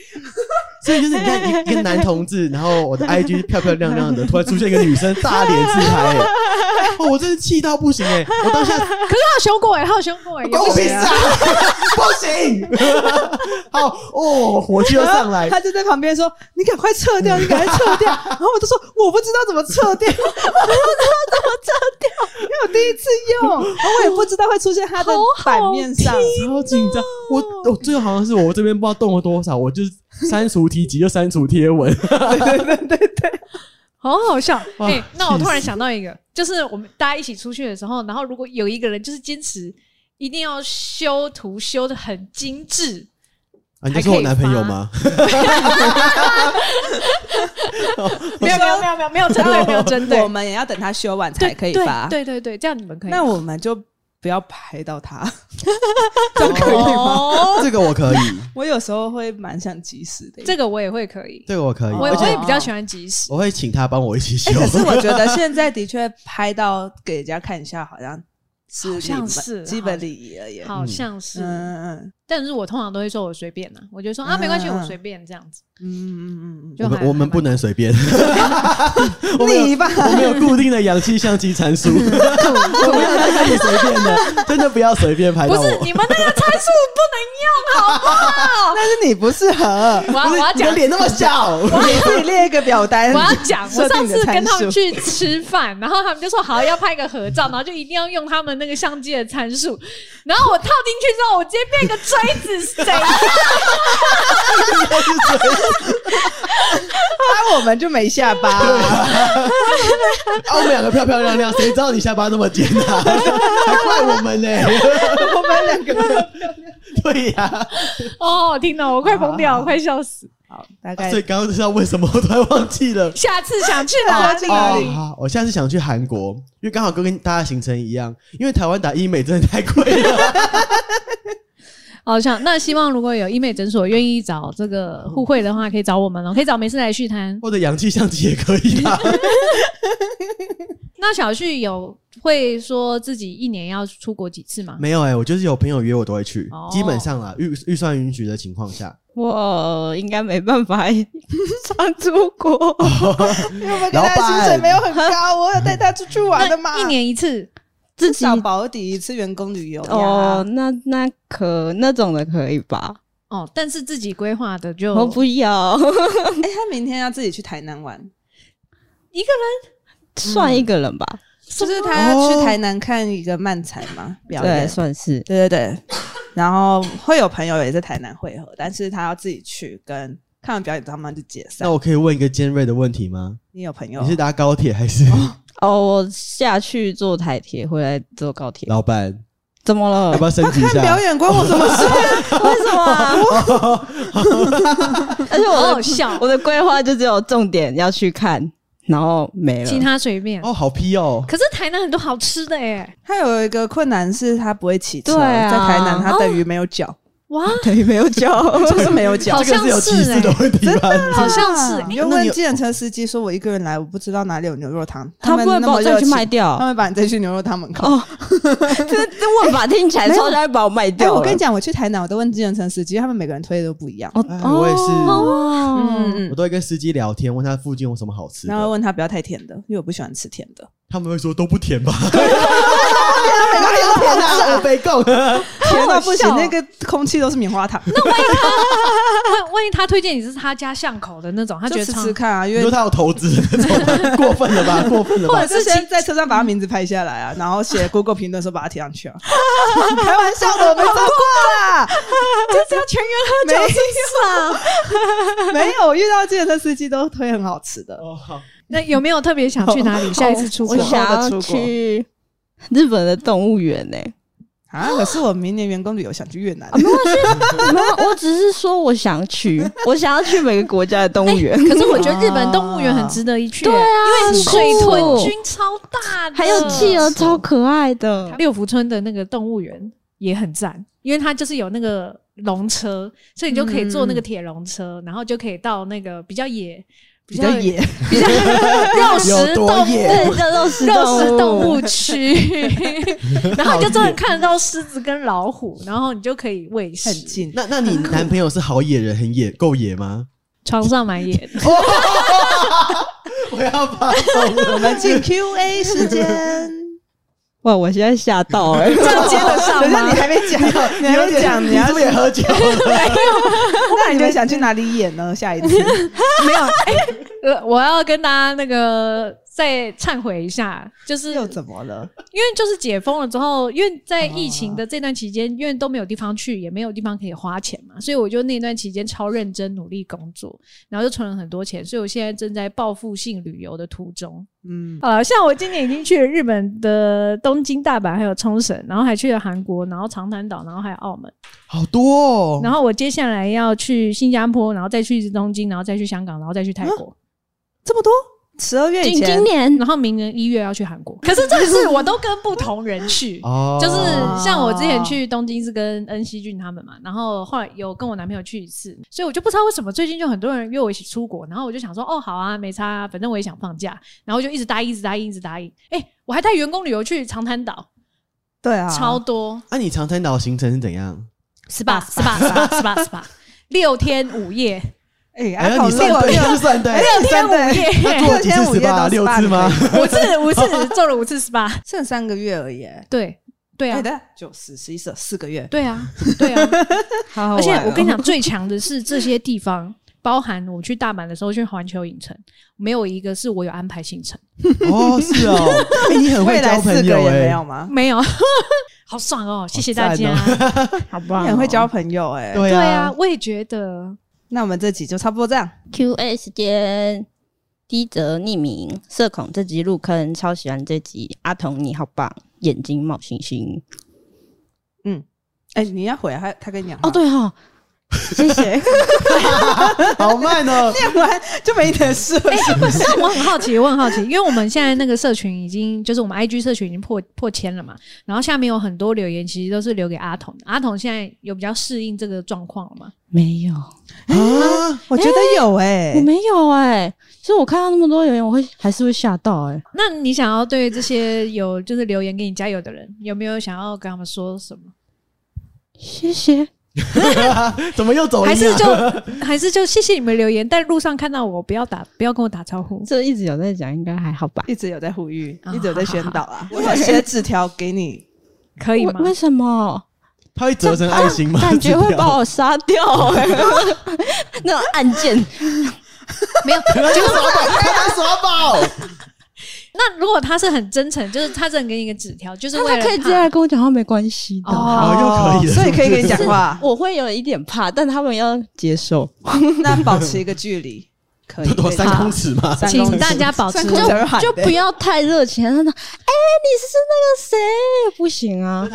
Speaker 3: 所以就是你看一一个男同志，然后我的 IG 漂漂亮亮的，突然出现一个女生大脸自拍、欸，哦，我真是气到不行哎、我当下
Speaker 2: 可是他有修过哎、他有修过哎、
Speaker 3: 关我
Speaker 2: 有
Speaker 3: 屁事啊！ 不行，好哦，火气又上来
Speaker 1: 然后。他就在旁边说：“你赶快撤掉，你赶快撤掉。” 然后我就说：“我不知道怎么撤 掉，我不知道怎么撤 掉，因为我第一次用，然后我也不知道会出现它的
Speaker 2: 好好
Speaker 1: 版面上。
Speaker 3: 超紧张，我我最后好像是我这边不知道动了多少，我就是删除提及就删除贴文，
Speaker 2: 好好笑
Speaker 3: 哇
Speaker 2: 哎、那我
Speaker 3: 气
Speaker 2: 突然
Speaker 3: 死
Speaker 2: 想到一个，就是我们大家一起出去的时候，然后如果有一个人就是坚持一定要修图修的很精致，
Speaker 3: 啊、你就是我男朋友吗？
Speaker 2: 没有没有没有没有没有针对没有针对
Speaker 1: 我，们也要等它修完才
Speaker 2: 对
Speaker 1: 可以发。
Speaker 2: 对对对对，这样你们可以。
Speaker 1: 那我们就不要拍到它，这样可以吗？
Speaker 2: 哦
Speaker 3: 这个我可以，
Speaker 1: 我有时候会蛮想及时的。
Speaker 2: 这个我也会可以，
Speaker 3: 这个我可以，
Speaker 2: 我
Speaker 3: 而
Speaker 2: 我
Speaker 3: 且
Speaker 2: 也比较喜欢即时。
Speaker 3: 我会请他帮我一起修
Speaker 1: 哎、。可 是我觉 得现在的确拍到给人家看一下，好像是
Speaker 2: 好像
Speaker 1: 礼貌
Speaker 2: 是
Speaker 1: 基本礼仪而已。
Speaker 2: 好像是，
Speaker 1: 嗯嗯
Speaker 2: 但是我通常都会说我随便呐、我就说啊没关系，我随便这样子。
Speaker 1: 嗯嗯嗯嗯
Speaker 2: 就
Speaker 3: 我
Speaker 2: 还
Speaker 3: 们我们不能随便，我们
Speaker 1: 嗯，你
Speaker 3: 有
Speaker 1: 吧，
Speaker 3: 我们有固定的氧气相机参 数，我没有在跟你随便的，真的不要随便拍
Speaker 2: 不
Speaker 3: 到
Speaker 2: 是
Speaker 3: 我。
Speaker 2: 你们 那个参数不能用，好 不好？
Speaker 1: 但是你不适合。
Speaker 2: 我要我要
Speaker 3: 你的
Speaker 2: 讲，
Speaker 3: 脸那么 小，
Speaker 1: 你自己列一个表单。
Speaker 2: 我要讲，我
Speaker 1: 设定
Speaker 2: 上
Speaker 1: 你的
Speaker 2: 次
Speaker 1: 参
Speaker 2: 跟他
Speaker 1: 数
Speaker 2: 们去吃饭，然后他们就说好要拍个合照，然后就一定要用他们那个相机的参数，然后我套进去之后，我直接变个锥子，谁
Speaker 1: 啊，我们就没下巴、
Speaker 3: 啊，我们两个漂漂亮亮，谁知道你下巴那么尖 啊？还怪我们呢、
Speaker 1: 我们两个。
Speaker 3: 对呀、
Speaker 2: 哦，听到我快疯掉，
Speaker 1: 哦
Speaker 2: 我快笑死。
Speaker 1: 好，大概
Speaker 3: 所以刚刚知道为什么我突然忘记了。
Speaker 2: 下次想去哪里？
Speaker 1: 哪里
Speaker 3: 哦好我下次想去韩国，因为刚好跟大家行程一样，因为台湾打医美真的太贵 了。
Speaker 2: 好哦像那希望如果有医美诊所愿意找这个互惠的话，可以找我们哦，可以找没事来续谈。
Speaker 3: 或者氧气相机也可以啊 啦。
Speaker 2: 那小旭有会说自己一年要出国几次吗？
Speaker 3: 没有哎、我就是有朋友约我都会去，
Speaker 2: 哦
Speaker 3: 基本上啦，预预算允许的情况下，
Speaker 4: 我应该没办法上出国，
Speaker 1: 因为我们跟他的薪水没有很高，我有带他出去玩的嘛。
Speaker 2: 那一年一次，
Speaker 4: 自
Speaker 1: 至
Speaker 4: 己
Speaker 1: 少保底一次员工旅游呀
Speaker 4: 哦，，那那可那种的可以吧？
Speaker 2: 哦，但是自己规划的就
Speaker 4: 我不要，
Speaker 1: 哎、他明天要自己去台南玩，
Speaker 4: 算一个人吧，
Speaker 1: 就是他要去台南看一个漫才嘛表
Speaker 4: 哦对，
Speaker 1: 演，
Speaker 4: 算是
Speaker 1: 对对对，然后会有朋友也在台南汇合，但是他要自己去跟看完表演之后他们就解散
Speaker 3: 那。
Speaker 4: 哦
Speaker 3: 我可以问一个尖锐的问题吗？
Speaker 1: 你有朋友
Speaker 3: 你是搭高铁还是
Speaker 4: 哦。我下去坐台铁，回来坐高铁，
Speaker 3: 老板？
Speaker 4: 怎么了
Speaker 3: 要不？要升
Speaker 1: 他
Speaker 3: 级一
Speaker 1: 看
Speaker 3: 下
Speaker 1: 表？演关我什么事？
Speaker 4: 为什么啊？ 而且
Speaker 2: 好
Speaker 4: 我
Speaker 2: 好
Speaker 4: 的
Speaker 2: 笑
Speaker 4: 我的规划就只有重点要去看，然后没了。
Speaker 2: 其他随便。
Speaker 3: 哦，好批哦！
Speaker 2: 可是台南很多好吃的哎，
Speaker 1: 他有一个困难是他不会骑车，
Speaker 4: 对啊哦
Speaker 1: 在台南他等于没有脚，
Speaker 2: 哇，
Speaker 4: 对没有 交，
Speaker 1: 就是没有脚
Speaker 2: 好。
Speaker 3: 这个
Speaker 2: 像
Speaker 3: 是有歧
Speaker 2: 是
Speaker 3: 视的
Speaker 2: 欸
Speaker 3: 问题吧？
Speaker 2: 好像是
Speaker 1: 你
Speaker 2: 欸
Speaker 1: 就啊
Speaker 3: 那
Speaker 1: 问
Speaker 3: 你有
Speaker 1: 计程车司机说：“我一个人来，我不知道哪里有牛肉汤。”
Speaker 4: 他
Speaker 1: 们
Speaker 4: 不会
Speaker 1: 那
Speaker 4: 把
Speaker 1: 么
Speaker 4: 我
Speaker 1: 热
Speaker 4: 再去
Speaker 1: 情
Speaker 4: 卖掉
Speaker 1: 他。们把你再去牛肉汤门口。
Speaker 4: 哦， 这这问法听 起来
Speaker 1: 没有
Speaker 4: 超像把我卖
Speaker 1: 哎，
Speaker 4: 掉。
Speaker 1: 我跟你，讲，我去台南，我都问计程车司机，他们每个人推的都不一样。
Speaker 4: 哦
Speaker 3: 哎，我也是，
Speaker 1: 嗯
Speaker 4: 哦，
Speaker 1: 嗯
Speaker 3: 我
Speaker 1: 嗯，
Speaker 3: 都会跟司机聊天，问他附近有什么好吃
Speaker 1: 然后
Speaker 3: 的。
Speaker 1: 问他不要太甜的，因为我不喜欢吃甜的。
Speaker 3: 他们会说都不甜吧？
Speaker 1: 每个人都甜的，
Speaker 3: 我被告。
Speaker 1: 甜到哎不行
Speaker 2: 好，好
Speaker 1: 那
Speaker 2: 笑
Speaker 1: 个空气都是棉花糖。
Speaker 2: 万万一他推荐你是他家巷口的那种，他觉
Speaker 1: 就
Speaker 2: 得
Speaker 1: 吃
Speaker 2: 超
Speaker 1: 吃看啊，因
Speaker 3: 你说
Speaker 1: 为。
Speaker 3: 他有投资那种，过分了吧？过分了
Speaker 1: 或
Speaker 3: 吧？
Speaker 1: 者是先在车上把他名字拍下来啊，然后写 Google 评论说把他贴上去啊。开玩笑的，我没做过啦，
Speaker 2: 就是要全员喝酒，是不是啊？
Speaker 1: 没有。我遇到计程车司机都推很好吃的，
Speaker 3: 哦，好
Speaker 2: 那有没有特别想去哪里？下一次出国
Speaker 4: 我
Speaker 1: 我？
Speaker 4: 想
Speaker 1: 我
Speaker 4: 要
Speaker 1: 出国
Speaker 4: 去日本的动物园呢。
Speaker 1: 啊，可是我明年员工旅游想去越南，
Speaker 4: 没有，我只是说我想 去，我想要去每个国家的动物园，
Speaker 2: 可是我觉得日本动物园很值得一去欸，
Speaker 4: 哎对啊
Speaker 2: 因为
Speaker 4: 很
Speaker 2: 水
Speaker 4: 酷
Speaker 2: 豚君超大的，
Speaker 4: 还有企鹅超可爱的。
Speaker 2: 六福村的那个动物园也很赞，因为它就是有那个龙车，所以你就可以坐那个铁笼车，然后就可以到那个比较野、
Speaker 1: 比较野，
Speaker 2: 比较肉食
Speaker 3: 有多
Speaker 2: 动物
Speaker 3: 野。
Speaker 4: 对，叫 肉食
Speaker 2: 肉食动
Speaker 4: 物。
Speaker 2: 物 区，然后你就真的看得到狮子跟老虎，然后你就可以喂
Speaker 1: 很
Speaker 2: 食。
Speaker 1: 近。
Speaker 3: 那那你男朋友是好野人，很野，够野吗？
Speaker 2: 床上蛮野的，
Speaker 3: 我要发疯了！
Speaker 1: 我们进 Q&A 时间，
Speaker 4: 哇，我现在吓到 哎、
Speaker 1: 这样接得上
Speaker 2: 吗
Speaker 1: 你还没讲，你还没讲，你
Speaker 3: 你
Speaker 1: 要
Speaker 3: 是不是也喝酒了？
Speaker 1: 那你们想去哪里演呢？下一次没有
Speaker 2: 呃我要跟大家那个再忏悔一下，就是
Speaker 1: 又怎么了？
Speaker 2: 因为就是解封了之后，因为在疫情的这段期间，因为都没有地方去，也没有地方可以花钱嘛，所以我就那段期间超认真努力工作，然后就存了很多钱，所以我现在正在报复性旅游的途中。
Speaker 1: 嗯，
Speaker 2: 啊，像我今年已经去了日本的东京、大阪，还有冲绳，然后还去了韩国，然后长滩岛，然后还有澳门，
Speaker 3: 好多哦。，
Speaker 2: 然后我接下来要去新加坡，然后再去东京，然后再去香港，然后再去泰国。
Speaker 1: 这么多，十二月以
Speaker 4: 今
Speaker 1: 前
Speaker 4: 今年
Speaker 2: 然后明年一月要去韩国，可是这次我都跟不同人去
Speaker 3: 哦，
Speaker 2: 就是像我之前去东京是跟恩熙俊他们嘛，然后后来有跟我男朋友去一次，所以我就不知道为什么最近就很多人约我一起出国，然后我就想说哦好啊，没差、啊，反正我也想放假，然后就一直答应，一直答应，一直答应。哎、我还带员工旅游去长滩岛，
Speaker 1: 对啊，
Speaker 2: 超多
Speaker 3: 那、你长滩岛行程是怎样？
Speaker 2: SPA SPA SPA SPA SPA 六天五夜，
Speaker 1: 哎，
Speaker 3: 哎
Speaker 1: 阿
Speaker 3: 呀，
Speaker 1: 考
Speaker 3: 你算
Speaker 1: 六
Speaker 3: 对，
Speaker 1: 六
Speaker 3: 是算对。
Speaker 1: 六
Speaker 2: 天五
Speaker 1: 对，
Speaker 2: 夜，
Speaker 3: 那做了几次
Speaker 1: 哎六天五夜
Speaker 3: SPA？
Speaker 1: 都
Speaker 3: 六次吗？
Speaker 2: 五次五次做了五次 SPA，
Speaker 1: 剩三个月而已。
Speaker 2: 对对啊
Speaker 1: 对。的，九十、十一、十二四个月。
Speaker 2: 对啊，对啊，
Speaker 4: 好好玩哦
Speaker 2: 而且我跟你讲，最强的是这些地方，包含我去大阪的时候去环球影城，没有一个是我有安排行程，
Speaker 3: 哦，是哦。哎、你很会
Speaker 1: 未
Speaker 3: 交
Speaker 1: 来四
Speaker 3: 朋
Speaker 1: 个
Speaker 3: 友
Speaker 1: 也
Speaker 3: 哎、
Speaker 1: 没有吗？
Speaker 2: 没有， 好爽哦！谢谢大家。
Speaker 4: 啊好棒
Speaker 1: 你很会交朋友哎。
Speaker 3: 对
Speaker 2: 对啊
Speaker 3: 啊，，
Speaker 2: 我也觉得
Speaker 1: 那我们这集就差不多这样。
Speaker 4: Q&A 时间，低则匿名，社恐这集入坑，超喜欢这集。阿童你好棒，眼睛冒星星。
Speaker 1: 哎，你要回他，他跟你讲话
Speaker 4: 哦，，对哦，谢 谢。
Speaker 3: 好慢哦。
Speaker 1: 念完就没你的事了。
Speaker 2: 但哎我很好奇，我很好奇，因为我们现在那个社群已经，就是我们 IG 社群已经破破千了嘛，然后下面有很多留言，其实都是留给阿童的。阿童现在有比较适应这个状况了吗？
Speaker 4: 没有，
Speaker 3: 啊，
Speaker 1: 我觉得有
Speaker 3: 欸
Speaker 1: 哎
Speaker 4: 我，没有哎、其实我看到那么多留言，我会还是会吓到哎、
Speaker 2: 那你想要对这些有就是留言给你加油的人，有没有想要跟他们说什么？
Speaker 4: 谢谢。
Speaker 3: 怎么又走音
Speaker 2: 还
Speaker 3: 啊？
Speaker 2: 是就 还是就谢谢你们留言，但路上看到我不要打，不要跟我打招呼。
Speaker 4: 这一直有在讲，应该还好吧？
Speaker 1: 一直有在呼吁，
Speaker 2: 啊
Speaker 1: 一直有在宣导啊。我有写纸条给你，
Speaker 2: 可以
Speaker 4: 为
Speaker 2: 吗？
Speaker 4: 为什么？
Speaker 3: 它会折成爱心吗？
Speaker 4: 感觉会
Speaker 3: 纸条
Speaker 4: 把我杀掉、欸 那种按键，
Speaker 2: 没有。
Speaker 3: 他就是耍宝，他就是耍宝。
Speaker 2: 那如果他是很真诚，就是他只能给你一个纸条，就是为了
Speaker 4: 他可以
Speaker 2: 怕
Speaker 4: 接下来跟我讲话，没关系的。
Speaker 2: 哦
Speaker 3: 哦又可以了
Speaker 1: 所以可以跟你讲 话，
Speaker 4: 我会有一点怕，但他们要接受。
Speaker 1: 那保持一个距离，可以
Speaker 3: 多
Speaker 1: 可以
Speaker 3: 三公尺吗？
Speaker 1: 三公
Speaker 2: 请
Speaker 1: 尺
Speaker 2: 大家保持
Speaker 1: 三。公尺而喊
Speaker 4: 就
Speaker 1: 的
Speaker 4: 不要太热情，他说：“哎、你是那个谁？不行啊，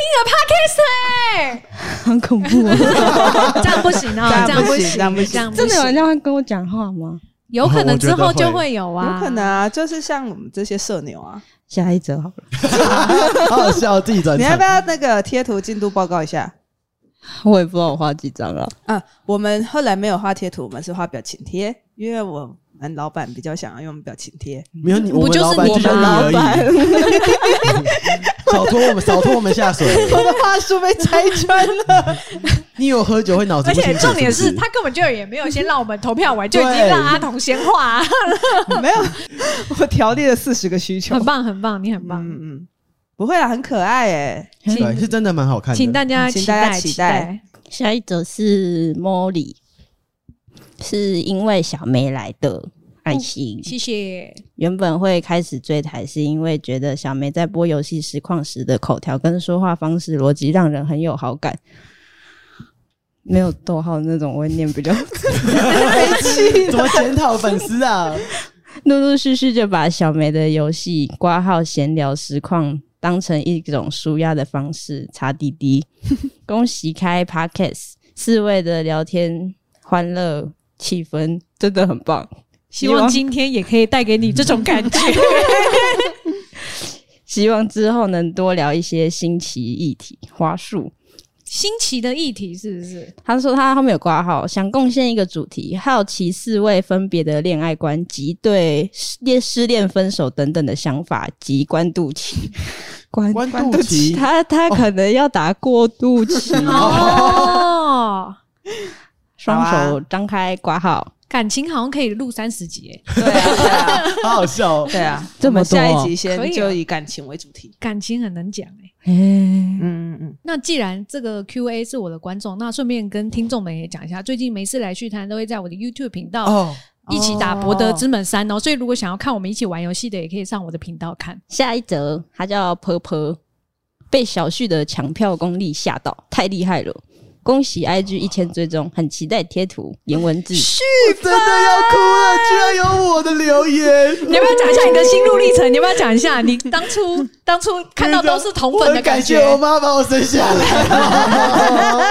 Speaker 2: 我有听你的 podcast
Speaker 4: 很恐 怖、啊。
Speaker 2: 哎， 这样不行哦，
Speaker 1: 这样不
Speaker 2: 行，
Speaker 1: 行
Speaker 2: 这
Speaker 1: 这样不行
Speaker 2: 样不
Speaker 4: 真的有
Speaker 2: 行
Speaker 4: 人这样跟我讲话吗？
Speaker 2: 有可能之后
Speaker 3: 我觉得
Speaker 2: 就
Speaker 3: 会
Speaker 2: 会有啊，
Speaker 1: 有可能啊，就是像我们这些社牛啊，
Speaker 4: 下一则好了，
Speaker 3: 好好笑，自己转场。
Speaker 1: 你要不要那个贴图进度报告一下？
Speaker 4: 我也不知道我画几张 了。
Speaker 1: 啊，我们后来没有画贴图，我们是画表情贴，因为我们老板比较想要用表情贴。
Speaker 3: 没有你，
Speaker 2: 不
Speaker 3: 我们
Speaker 2: 就是
Speaker 3: 老板
Speaker 2: 你
Speaker 3: 就是你
Speaker 2: 吗
Speaker 3: 而已。 少拖我们，少拖我们下水。
Speaker 1: 我的话术被拆穿了，
Speaker 3: 你有喝酒会脑子
Speaker 2: 而
Speaker 3: 不清
Speaker 2: 且
Speaker 3: 楚？
Speaker 2: 重点
Speaker 3: 不
Speaker 2: 是他根本就也没有先让我们投票完，就
Speaker 3: 对
Speaker 2: 已经让阿童先 画，啊
Speaker 1: 没有，我条列了四十个需求
Speaker 2: 很。棒很棒，你很棒，
Speaker 1: 嗯嗯，不会啦，很可爱 哎、
Speaker 3: 对，是真的蛮好看的。
Speaker 2: 请大家
Speaker 1: 请
Speaker 2: 期
Speaker 1: 大家
Speaker 2: 待
Speaker 1: 期
Speaker 2: 待。
Speaker 4: 下一则是 Molly，是因为小梅来的爱心。
Speaker 2: 谢谢，
Speaker 4: 原本会开始追台，是因为觉得小梅在播游戏实况时的口条跟说话方式逻辑让人很有好感。没有逗号那种，我会念比较
Speaker 3: 怎么检讨粉丝啊？
Speaker 4: 陆陆续续就把小梅的游戏挂号闲聊实况当成一种舒压的方式，擦滴滴。恭喜开 Podcast，四位的聊天欢乐气氛真的很棒。
Speaker 2: 希望今天也可以带给你这种感觉。
Speaker 4: 希望之后能多聊一些新奇议题。花束，
Speaker 2: 新奇的议题是不是？
Speaker 4: 他说他后面有挂号，想贡献一个主题，好奇四位分别的恋爱观及对恋失恋、分手等等的想法及关渡期。关
Speaker 3: 关渡期，
Speaker 4: 他他可能要打过渡期，
Speaker 2: 哦，
Speaker 4: 双、手张开挂号。
Speaker 2: 感情好像可以录三十集耶，
Speaker 1: 对啊，对啊，
Speaker 3: 好好笑 哦。
Speaker 1: 对啊。
Speaker 4: 这么
Speaker 1: 我们
Speaker 4: 多
Speaker 1: 下一集
Speaker 2: 可以
Speaker 1: 先
Speaker 2: 啊
Speaker 1: 就以感情为主题。
Speaker 2: 感情很能讲哎。
Speaker 4: 哎，
Speaker 1: 嗯嗯嗯，
Speaker 2: 那既然这个 Q&A 是我的观众，那顺便跟听众们也讲一下，最近没事来续谈都会在我的 YouTube 频道
Speaker 3: 哦，
Speaker 2: 一起打博德之门三哦，所以如果想要看我们一起玩游戏的，也可以上我的频道看。
Speaker 3: 哦
Speaker 4: 下一则，他叫婆婆，被小旭的抢票功力吓到，太厉害了！恭喜 IG 一千追踪，很期待贴图、颜文字。
Speaker 3: 真的要哭了，居然有我的留言。
Speaker 2: 你要不要讲一下你的心路历程？你要不要讲一下你当初 当初看到都是同粉
Speaker 3: 我
Speaker 2: 的
Speaker 3: 很
Speaker 2: 感
Speaker 3: 感
Speaker 2: 觉
Speaker 3: 谢？我妈把我生下 来。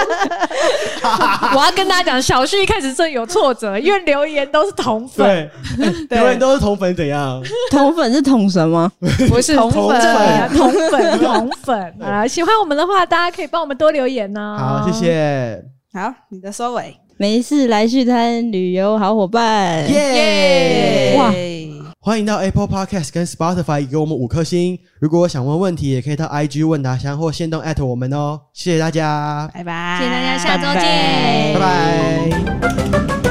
Speaker 2: 我要跟大家讲，小旭一开始真的有挫折，因为留言都是同粉，
Speaker 3: 对，留言都是同粉怎样？
Speaker 4: 同粉是同什么？
Speaker 2: 不是
Speaker 1: 同
Speaker 2: 同
Speaker 1: 粉
Speaker 2: 粉，啊同粉，同 粉啊！喜欢我们的话，大家可以帮我们多留言哦呢。
Speaker 3: 好，谢。谢，
Speaker 1: 好，你的收尾，
Speaker 4: 没事，来去滩旅游好伙伴。
Speaker 3: 耶！
Speaker 4: 哇
Speaker 3: 欢迎到 Apple Podcast 跟 Spotify 给我们五颗星。如果想问问题，也可以到 IG 问答箱或线动 at 我们哦。谢谢大家，
Speaker 1: 拜拜，
Speaker 2: 谢谢大家下周
Speaker 1: 拜拜
Speaker 2: 见
Speaker 3: 拜拜。